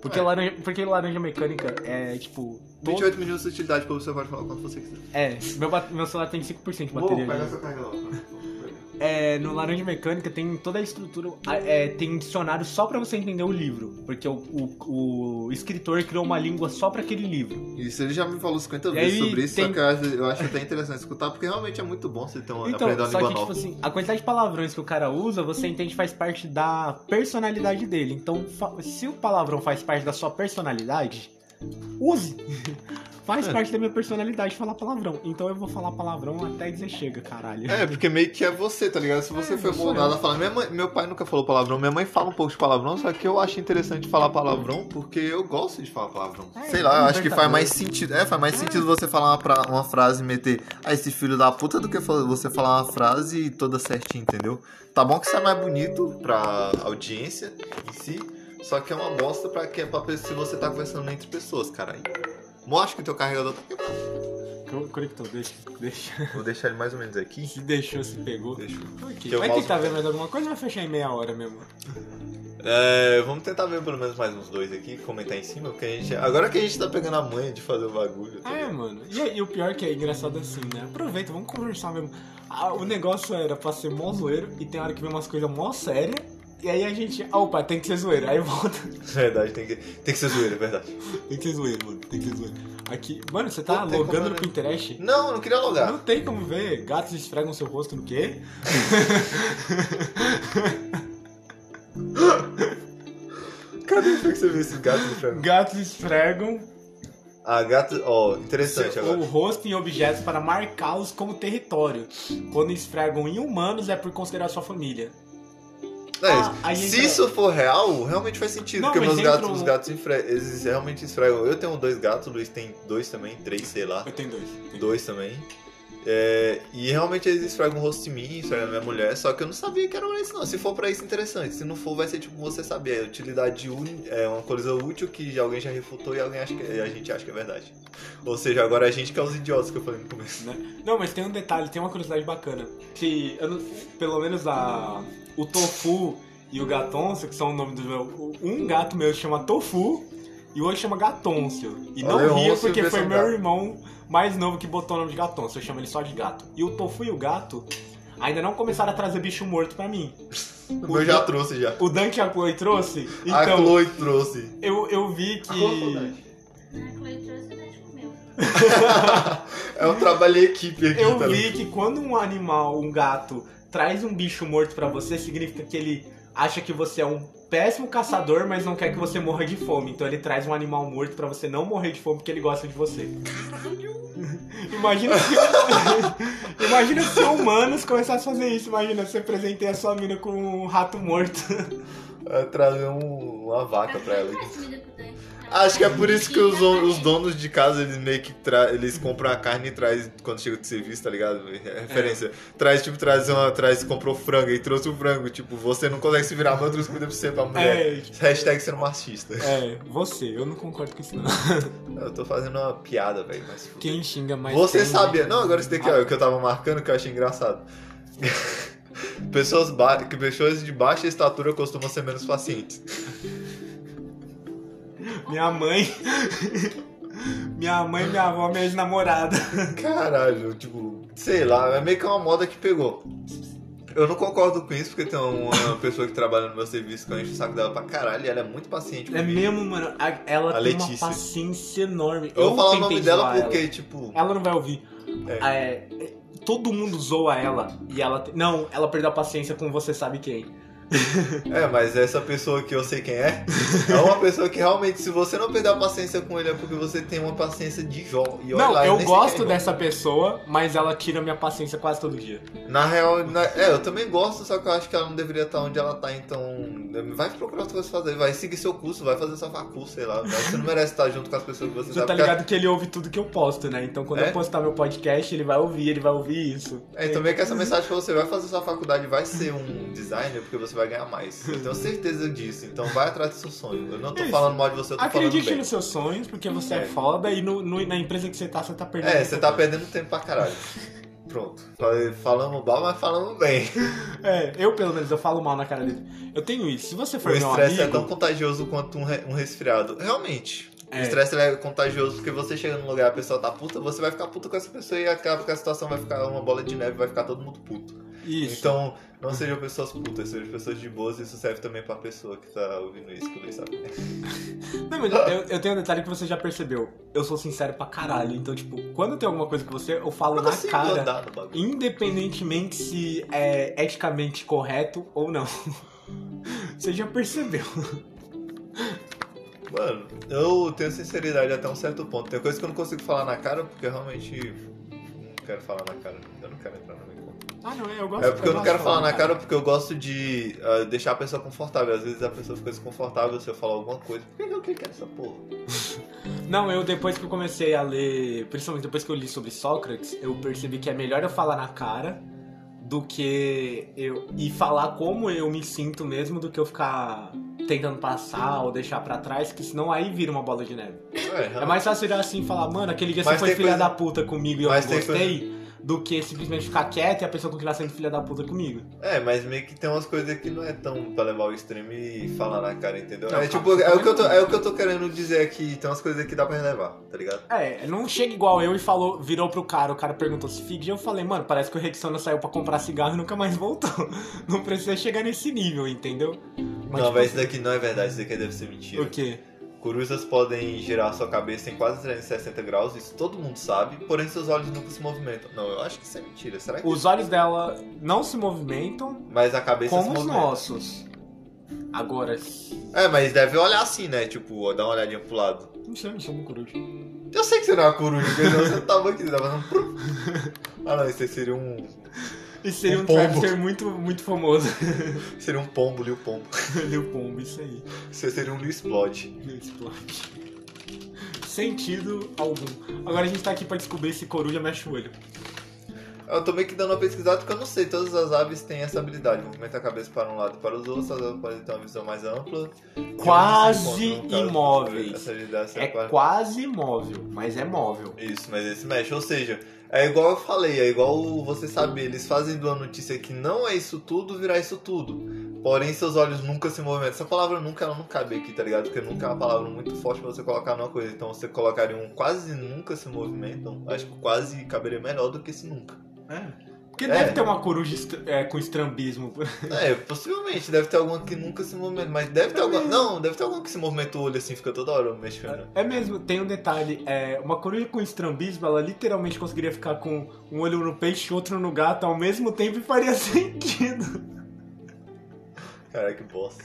Speaker 2: Porque,
Speaker 1: É.
Speaker 2: laranja, porque laranja mecânica é tipo. todo-
Speaker 1: 28 minutos de utilidade pra você pode falar quanto você quiser.
Speaker 2: É, meu, ba- meu celular tem 5% de
Speaker 1: Vou
Speaker 2: bateria.
Speaker 1: pega
Speaker 2: né?
Speaker 1: essa carga lá.
Speaker 2: É, no Laranja Mecânica tem toda a estrutura, a- é, tem um dicionário só pra você entender o livro. Porque o, o- o escritor criou uma língua só pra aquele livro.
Speaker 1: Isso ele já me falou 50
Speaker 2: E
Speaker 1: vezes
Speaker 2: aí
Speaker 1: sobre isso,
Speaker 2: tem-
Speaker 1: só que eu acho- eu acho até interessante escutar, porque realmente é muito bom você ter uma,
Speaker 2: Então,
Speaker 1: aprender uma
Speaker 2: só
Speaker 1: língua
Speaker 2: que, tipo
Speaker 1: nova.
Speaker 2: assim, a quantidade de palavrões que o cara usa, você entende faz parte da personalidade dele. Então, fa- se o palavrão faz parte da sua personalidade, use! faz
Speaker 1: É.
Speaker 2: parte da minha personalidade falar palavrão. Então eu vou falar palavrão até dizer chega, caralho.
Speaker 1: É, porque meio que é você, tá ligado? Se você
Speaker 2: É,
Speaker 1: foi
Speaker 2: sou eu.
Speaker 1: moldado a falar. Minha mãe- meu pai nunca falou palavrão, minha mãe fala um pouco de palavrão, só que eu acho interessante falar palavrão porque eu gosto de falar palavrão.
Speaker 2: É,
Speaker 1: Sei lá, eu
Speaker 2: é
Speaker 1: acho que faz mais sentido. É, faz mais
Speaker 2: É.
Speaker 1: sentido você falar uma, pra- uma frase e meter ah, esse filho da puta do que fa- você falar uma frase toda certinha, entendeu? Tá bom que isso é mais bonito pra audiência em si, só que é uma bosta pra, que, pra pe- se você tá conversando entre pessoas, caralho. Mostra que teu carregador tá quebrado.
Speaker 2: Co- Conectou, deixa, deixa.
Speaker 1: Vou deixar ele mais ou menos aqui.
Speaker 2: Se deixou, se pegou.
Speaker 1: Deixa eu
Speaker 2: Ok,
Speaker 1: Que o
Speaker 2: Vai
Speaker 1: um mouse-
Speaker 2: tentar ver mais alguma coisa ou vai fechar em meia hora mesmo?
Speaker 1: É, vamos tentar ver pelo menos mais uns dois aqui, comentar em cima, porque a gente. Agora que a gente tá pegando a manha de fazer o bagulho, tá
Speaker 2: É,
Speaker 1: ligado?
Speaker 2: mano. E, e o pior que é engraçado assim, né? Aproveita, vamos conversar mesmo. Ah, o negócio era pra ser mó zoeiro e tem hora que vem umas coisas mó sérias. E aí a gente, ah, opa, tem que ser zoeiro. Aí volta.
Speaker 1: Verdade, tem que, tem que ser zoeira, é verdade.
Speaker 2: Tem que ser zoeiro, mano. Tem que ser zoeiro. Aqui. Mano, você tá
Speaker 1: Não tem como,
Speaker 2: logando no
Speaker 1: né?
Speaker 2: Pinterest?
Speaker 1: Não, eu não queria
Speaker 2: Não
Speaker 1: alugar.
Speaker 2: tem como ver. Gatos esfregam seu rosto no quê?
Speaker 1: Cadê foi que você viu esses gatos no frango?
Speaker 2: Gatos esfregam
Speaker 1: Ah, gato. Ó, interessante
Speaker 2: seu-
Speaker 1: agora.
Speaker 2: o rosto em objetos para marcá-los como território. Quando esfregam em humanos é por considerar sua família. Ah,
Speaker 1: É,
Speaker 2: aí
Speaker 1: se
Speaker 2: entra-
Speaker 1: isso for real, realmente faz sentido,
Speaker 2: Não,
Speaker 1: porque
Speaker 2: mas
Speaker 1: meus gatos,
Speaker 2: entra um-
Speaker 1: os gatos esfre... eles realmente esfregam. Eu tenho dois gatos, o Luiz tem dois também, três, sei lá.
Speaker 2: Eu tenho dois. Tenho
Speaker 1: Dois também. É, e realmente eles esfregam o rosto em mim, esfregam a minha mulher, só que eu não sabia que era isso não. Se for pra isso, interessante. Se não for, vai ser tipo você saber. É utilidade uni- é uma coisa útil que já- alguém já refutou e alguém acha que, a gente acha que é verdade. Ou seja, agora a gente que é os idiotas que eu falei no começo.
Speaker 2: Não, mas tem um detalhe, tem uma curiosidade bacana. Que eu não- pelo menos a, o Tofu e o Gatoncio, que são o nome do meu. Um gato meu chama Tofu e o outro chama Gatoncio. E não
Speaker 1: Olha,
Speaker 2: ria
Speaker 1: Leôncio
Speaker 2: porque foi
Speaker 1: versão
Speaker 2: meu
Speaker 1: gato.
Speaker 2: irmão mais novo que botou o nome de Gatoncio. Eu chamo ele só de gato. E o Tofu e o gato. ainda não começaram a trazer bicho morto pra mim.
Speaker 1: O meu já trouxe já.
Speaker 2: O Dan que a Chloe trouxe,
Speaker 1: A
Speaker 2: então
Speaker 1: Chloe trouxe.
Speaker 2: eu, eu vi
Speaker 1: A Chloe foi,
Speaker 2: que.
Speaker 1: né?
Speaker 3: A Chloe trouxe o Dante comeu.
Speaker 1: É um trabalho em equipe aqui,
Speaker 2: Eu
Speaker 1: tá ligado?
Speaker 2: vi que quando um animal, um gato, traz um bicho morto pra você, significa que ele acha que você é um péssimo caçador, mas não quer que você morra de fome. Então ele traz um animal morto pra você não morrer de fome porque ele gosta de você. Imagina se, imagina se humanos começassem a fazer isso. Imagina se eu presenteia a sua mina com um rato morto.
Speaker 1: É trazer um- uma vaca pra ela.
Speaker 3: faz comida pro Dante. Ela
Speaker 1: Acho que é
Speaker 3: faz
Speaker 1: por isso que
Speaker 3: comida
Speaker 1: os, on-
Speaker 3: pra
Speaker 1: os
Speaker 3: ele.
Speaker 1: donos de casa, eles meio que tra- eles compram a carne e traz quando chega de serviço, tá ligado? É referência. Traz, tipo, traz uma, traz, comprou frango e trouxe o frango. Tipo, você não consegue se virar, mas eu trouxe comida pra você, pra mulher.
Speaker 2: É,
Speaker 1: Hashtag sendo machista.
Speaker 2: é, você, eu não concordo com isso não.
Speaker 1: Eu tô fazendo uma piada, velho, mas...
Speaker 2: Quem xinga mais.
Speaker 1: Você
Speaker 2: tem- né? Ah.
Speaker 1: sabia. Não, agora isso daqui ó, é o que eu tava marcando que eu achei engraçado. pessoas, ba... que pessoas de baixa estatura costumam ser menos pacientes.
Speaker 2: Minha mãe. minha mãe, minha avó, minha ex-namorada.
Speaker 1: Caralho, tipo, sei lá, é meio que uma moda que pegou. Eu não concordo com isso, porque tem uma pessoa que trabalha no meu serviço que eu encho o saco dela pra caralho e ela é muito paciente.
Speaker 2: É
Speaker 1: comigo.
Speaker 2: mesmo, mano. A- ela
Speaker 1: A
Speaker 2: tem uma
Speaker 1: Letícia.
Speaker 2: paciência enorme.
Speaker 1: Eu vou falar o
Speaker 2: tentei
Speaker 1: nome dela
Speaker 2: zoar ela.
Speaker 1: porque, tipo.
Speaker 2: Ela não vai ouvir.
Speaker 1: É.
Speaker 2: É, é, todo mundo zoa ela e ela. te- Não, ela perdeu a paciência com você sabe quem.
Speaker 1: É, mas essa pessoa que eu sei quem é, é uma pessoa que realmente, se você não perder a paciência com ele, é porque você tem uma paciência de Jó. E olha
Speaker 2: não,
Speaker 1: lá,
Speaker 2: eu
Speaker 1: nem sei quem
Speaker 2: gosto
Speaker 1: é Jó.
Speaker 2: dessa pessoa, mas ela tira minha paciência quase todo dia.
Speaker 1: Na real, na- é, eu também gosto, só que eu acho que ela não deveria estar onde ela tá, então. Vai procurar outras coisas pra fazer, vai seguir seu curso, vai fazer sua facul, sei lá. vai- Você não merece estar junto com as pessoas que você
Speaker 2: Você
Speaker 1: sabe.
Speaker 2: tá
Speaker 1: porque-
Speaker 2: ligado que ele ouve tudo que eu posto, né? Então quando
Speaker 1: É?
Speaker 2: eu postar meu podcast, ele vai ouvir, ele vai ouvir isso.
Speaker 1: É, e também que essa mensagem pra você, vai fazer sua faculdade, vai ser um designer, porque você vai ganhar mais. Eu tenho certeza disso, então vai atrás do seu sonho. Eu não tô
Speaker 2: Isso.
Speaker 1: falando mal de você, eu tô
Speaker 2: Acredite
Speaker 1: falando
Speaker 2: nos seus sonhos, porque você é,
Speaker 1: É.
Speaker 2: foda e no- no- na empresa que você tá, você tá
Speaker 1: bem.
Speaker 2: perdendo.
Speaker 1: É, você tá perdendo tempo pra caralho. Pronto. Falei- Falamos mal, mas falamos bem.
Speaker 2: É, eu pelo menos, eu falo mal na cara dele. Eu tenho isso. Se você
Speaker 1: O
Speaker 2: for meu
Speaker 1: estresse
Speaker 2: amigo...
Speaker 1: é tão contagioso quanto um, re- um resfriado. Realmente.
Speaker 2: É.
Speaker 1: O estresse ele é contagioso porque você chega num lugar e a pessoa tá puta, você vai ficar puta com essa pessoa e acaba que a situação vai ficar uma bola de neve, vai ficar todo mundo puto.
Speaker 2: Isso.
Speaker 1: Então, não sejam pessoas putas, sejam pessoas de boas e isso serve também pra pessoa que tá ouvindo isso, que eu nem sabe.
Speaker 2: Não, mas eu, eu tenho um detalhe que você já percebeu. Eu sou sincero pra caralho. Então, tipo, quando tem alguma coisa com você, eu falo
Speaker 1: Eu
Speaker 2: na
Speaker 1: consigo
Speaker 2: cara.
Speaker 1: andar no bagulho.
Speaker 2: Independentemente se é eticamente correto ou não. Você já percebeu.
Speaker 1: Mano, eu tenho sinceridade até um certo ponto. Tem coisa que eu não consigo falar na cara porque eu realmente não quero falar na cara. Eu não quero entrar no meu
Speaker 2: Ah, não, é, eu gosto
Speaker 1: É porque eu não
Speaker 2: gosto
Speaker 1: quero
Speaker 2: de
Speaker 1: falar na cara porque eu gosto de ah, deixar a pessoa confortável. Às vezes a pessoa fica desconfortável se eu falar alguma coisa. Por que que eu que quero essa porra?
Speaker 2: Não, eu depois que eu comecei a ler, principalmente depois que eu li sobre Sócrates, eu percebi que é melhor eu falar na cara do que eu e falar como eu me sinto mesmo do que eu ficar tentando passar ou deixar pra trás, que senão aí vira uma bola de neve. É mais fácil virar assim e falar, mano, aquele dia
Speaker 1: Então, Mas
Speaker 2: você foi
Speaker 1: tem
Speaker 2: filha
Speaker 1: coisa-
Speaker 2: da puta comigo e eu
Speaker 1: Mas
Speaker 2: não
Speaker 1: tem coisa-
Speaker 2: gostei, do que simplesmente ficar quieto e a pessoa continuar sendo filha da puta comigo.
Speaker 1: É, mas meio que tem umas coisas que não é tão pra levar o extremo e falar na cara, entendeu?
Speaker 2: Não,
Speaker 1: é
Speaker 2: fala,
Speaker 1: tipo, é
Speaker 2: fala.
Speaker 1: o, que eu tô, é o que eu tô querendo dizer aqui. Tem umas coisas que dá pra relevar, tá ligado?
Speaker 2: É, não chega igual eu e falou, virou pro cara, o cara perguntou se fede, e eu falei, mano, parece que o Rexona saiu pra comprar cigarro e nunca mais voltou. Não precisa chegar nesse nível, entendeu? Mas,
Speaker 1: não,
Speaker 2: tipo,
Speaker 1: mas isso daqui não é verdade, isso daqui deve ser mentira.
Speaker 2: O quê?
Speaker 1: Corusas podem girar sua cabeça em quase 360 graus, isso todo mundo sabe, porém seus olhos nunca se movimentam. Não, eu acho que isso é mentira. Será que.
Speaker 2: Os olhos dela não se movimentam
Speaker 1: Mas a cabeça se
Speaker 2: como os
Speaker 1: movimenta.
Speaker 2: nossos. Agora,
Speaker 1: É, mas deve olhar assim, né? Tipo, ó, dar uma olhadinha pro lado.
Speaker 2: não sei, me chama coruja.
Speaker 1: Eu sei que você não é uma coruja, porque senão você não tava aqui, você tava fazendo. prum. Ah não, esse seria um.
Speaker 2: Isso seria
Speaker 1: Um
Speaker 2: um,
Speaker 1: pombo.
Speaker 2: travesseiro muito, muito famoso.
Speaker 1: Seria um pombo, Liu Pombo.
Speaker 2: Leu pombo, isso aí.
Speaker 1: Você seria um Liu Explode.
Speaker 2: Não explode. Sentido algum. Agora a gente tá aqui pra descobrir se coruja mexe o olho.
Speaker 1: Eu tô meio que dando uma pesquisada porque eu não sei, todas as aves têm essa habilidade. Movimenta a cabeça para um lado e para os outros, as aves podem ter uma visão mais ampla.
Speaker 2: Quase
Speaker 1: E onde se encontram, no caso,
Speaker 2: imóveis.
Speaker 1: Essa habilidade se
Speaker 2: É
Speaker 1: apaga.
Speaker 2: quase móvel, mas é móvel.
Speaker 1: Isso, mas esse mexe. Ou seja, é igual eu falei, é igual o- você saber, eles fazem de uma notícia que não é isso tudo virar isso tudo. Porém, seus olhos nunca se movimentam. Essa palavra nunca, ela não cabe aqui, tá ligado? Porque nunca é uma palavra muito forte pra você colocar numa coisa. Então, você colocaria um quase nunca se movimentam. Acho que quase caberia melhor do que esse nunca.
Speaker 2: Porque
Speaker 1: É.
Speaker 2: deve ter uma coruja est- é, com estrambismo.
Speaker 1: É, possivelmente, deve ter algum que nunca se movimentou, mas deve ter algum. Não, deve ter algum que se movimenta o olho assim, fica toda hora mexendo.
Speaker 2: É mesmo, tem um detalhe. É, uma coruja com estrambismo, ela literalmente conseguiria ficar com um olho no peixe e outro no gato ao mesmo tempo e faria sentido.
Speaker 1: Cara, que bosta.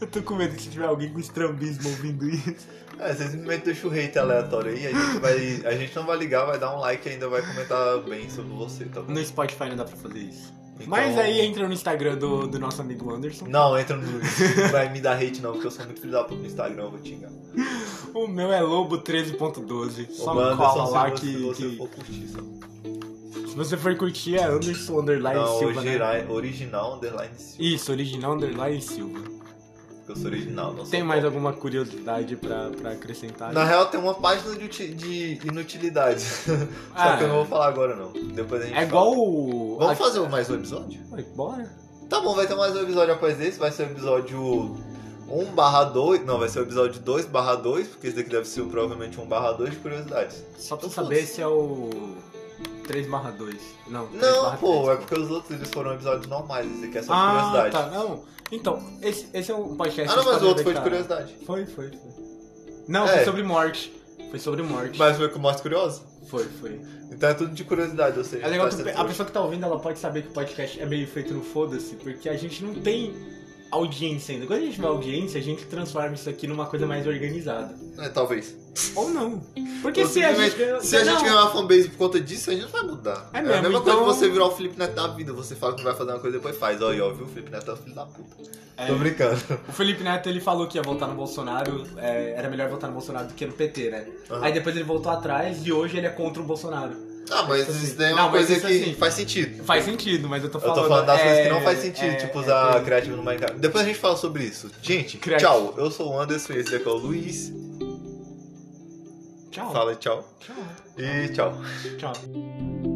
Speaker 2: Eu tô com medo que tiver alguém com estrambismo ouvindo isso.
Speaker 1: É, você simplesmente deixa o hate aleatório aí, a gente vai. A gente não vai ligar, vai dar um like e ainda vai comentar bem sobre você, tá bom?
Speaker 2: No Spotify não dá pra fazer isso.
Speaker 1: Então-
Speaker 2: Mas aí entra no Instagram do, do nosso amigo Anderson.
Speaker 1: Não, entra no. Não vai me dar hate não, porque eu sou muito filho da puta no Instagram, eu vou te xingar.
Speaker 2: O meu é Lobo13.12. Só
Speaker 1: Ô,
Speaker 2: me cola lá
Speaker 1: se
Speaker 2: que,
Speaker 1: você, um
Speaker 2: que-
Speaker 1: for curtir, só.
Speaker 2: Se você for curtir, é Anderson Underline
Speaker 1: Não,
Speaker 2: Silva. né?
Speaker 1: original, original underline Silva.
Speaker 2: Isso, original Underline Silva.
Speaker 1: Porque eu sou original, não sou
Speaker 2: Tem mais
Speaker 1: pobre.
Speaker 2: alguma curiosidade pra, pra acrescentar?
Speaker 1: Na real, tem uma página de, uti- de inutilidades. Só
Speaker 2: Ah,
Speaker 1: que eu não vou falar agora, não. Depois a gente
Speaker 2: É
Speaker 1: fala.
Speaker 2: igual o.
Speaker 1: Vamos fazer mais um episódio?
Speaker 2: Ué, Bora.
Speaker 1: Tá bom, vai ter mais um episódio após esse. Vai ser o episódio 1 barra 2. Não, vai ser o episódio 2 barra 2, porque esse daqui deve ser provavelmente 1 barra 2 de curiosidades.
Speaker 2: Só pra
Speaker 1: Então,
Speaker 2: saber
Speaker 1: foda-se.
Speaker 2: se é o. 3 barra 2. Não, 3
Speaker 1: Não,
Speaker 2: barra
Speaker 1: pô,
Speaker 2: 3.
Speaker 1: é porque os outros eles foram episódios normais. Esse aqui é só de
Speaker 2: Ah,
Speaker 1: curiosidade.
Speaker 2: tá, não. Então, esse, esse é um podcast.
Speaker 1: Ah, não,
Speaker 2: que
Speaker 1: mas o
Speaker 2: pode
Speaker 1: outro foi de
Speaker 2: deixar-
Speaker 1: curiosidade.
Speaker 2: Foi, foi, foi. Não,
Speaker 1: É.
Speaker 2: foi sobre morte. Foi sobre morte.
Speaker 1: Mas foi com o mais curioso?
Speaker 2: Foi, foi.
Speaker 1: Então é tudo de curiosidade, ou seja.
Speaker 2: É legal
Speaker 1: tá
Speaker 2: que
Speaker 1: sendo
Speaker 2: a pessoa que tá ouvindo, ela pode saber que o podcast é meio feito no foda-se, porque a gente não tem audiência ainda. Quando a gente tiver audiência, a gente transforma isso aqui numa coisa mais organizada.
Speaker 1: É, talvez.
Speaker 2: Ou não. Porque se a gente... ganhou-
Speaker 1: Se a gente
Speaker 2: Não.
Speaker 1: ganhar uma fanbase por conta disso, a gente não vai mudar.
Speaker 2: É
Speaker 1: a mesma
Speaker 2: mesmo,
Speaker 1: coisa que
Speaker 2: então-
Speaker 1: você virar o Felipe Neto da vida. Você fala que vai fazer uma coisa e depois faz. Ó, e ó, viu? O Felipe Neto é o filho da puta.
Speaker 2: É.
Speaker 1: Tô brincando.
Speaker 2: O Felipe Neto, ele falou que ia votar no Bolsonaro, é, era melhor votar no Bolsonaro do que no PT, né?
Speaker 1: Aham.
Speaker 2: Aí depois ele voltou atrás e hoje ele é contra o Bolsonaro.
Speaker 1: Ah, mas
Speaker 2: Assim,
Speaker 1: isso daí é
Speaker 2: não,
Speaker 1: uma
Speaker 2: mas
Speaker 1: coisa
Speaker 2: isso
Speaker 1: que
Speaker 2: assim-
Speaker 1: faz sentido.
Speaker 2: Faz sentido, mas eu tô
Speaker 1: Eu
Speaker 2: falando...
Speaker 1: tô falando das
Speaker 2: é,
Speaker 1: coisas que não faz sentido,
Speaker 2: é,
Speaker 1: tipo
Speaker 2: é,
Speaker 1: usar
Speaker 2: é.
Speaker 1: criativo no Minecraft. Depois a gente fala sobre isso. Gente,
Speaker 2: Criativo.
Speaker 1: tchau. Eu sou o Anderson e esse aqui é o Luiz.
Speaker 2: Tchau.
Speaker 1: Fala tchau.
Speaker 2: Tchau.
Speaker 1: E tchau.
Speaker 2: Tchau.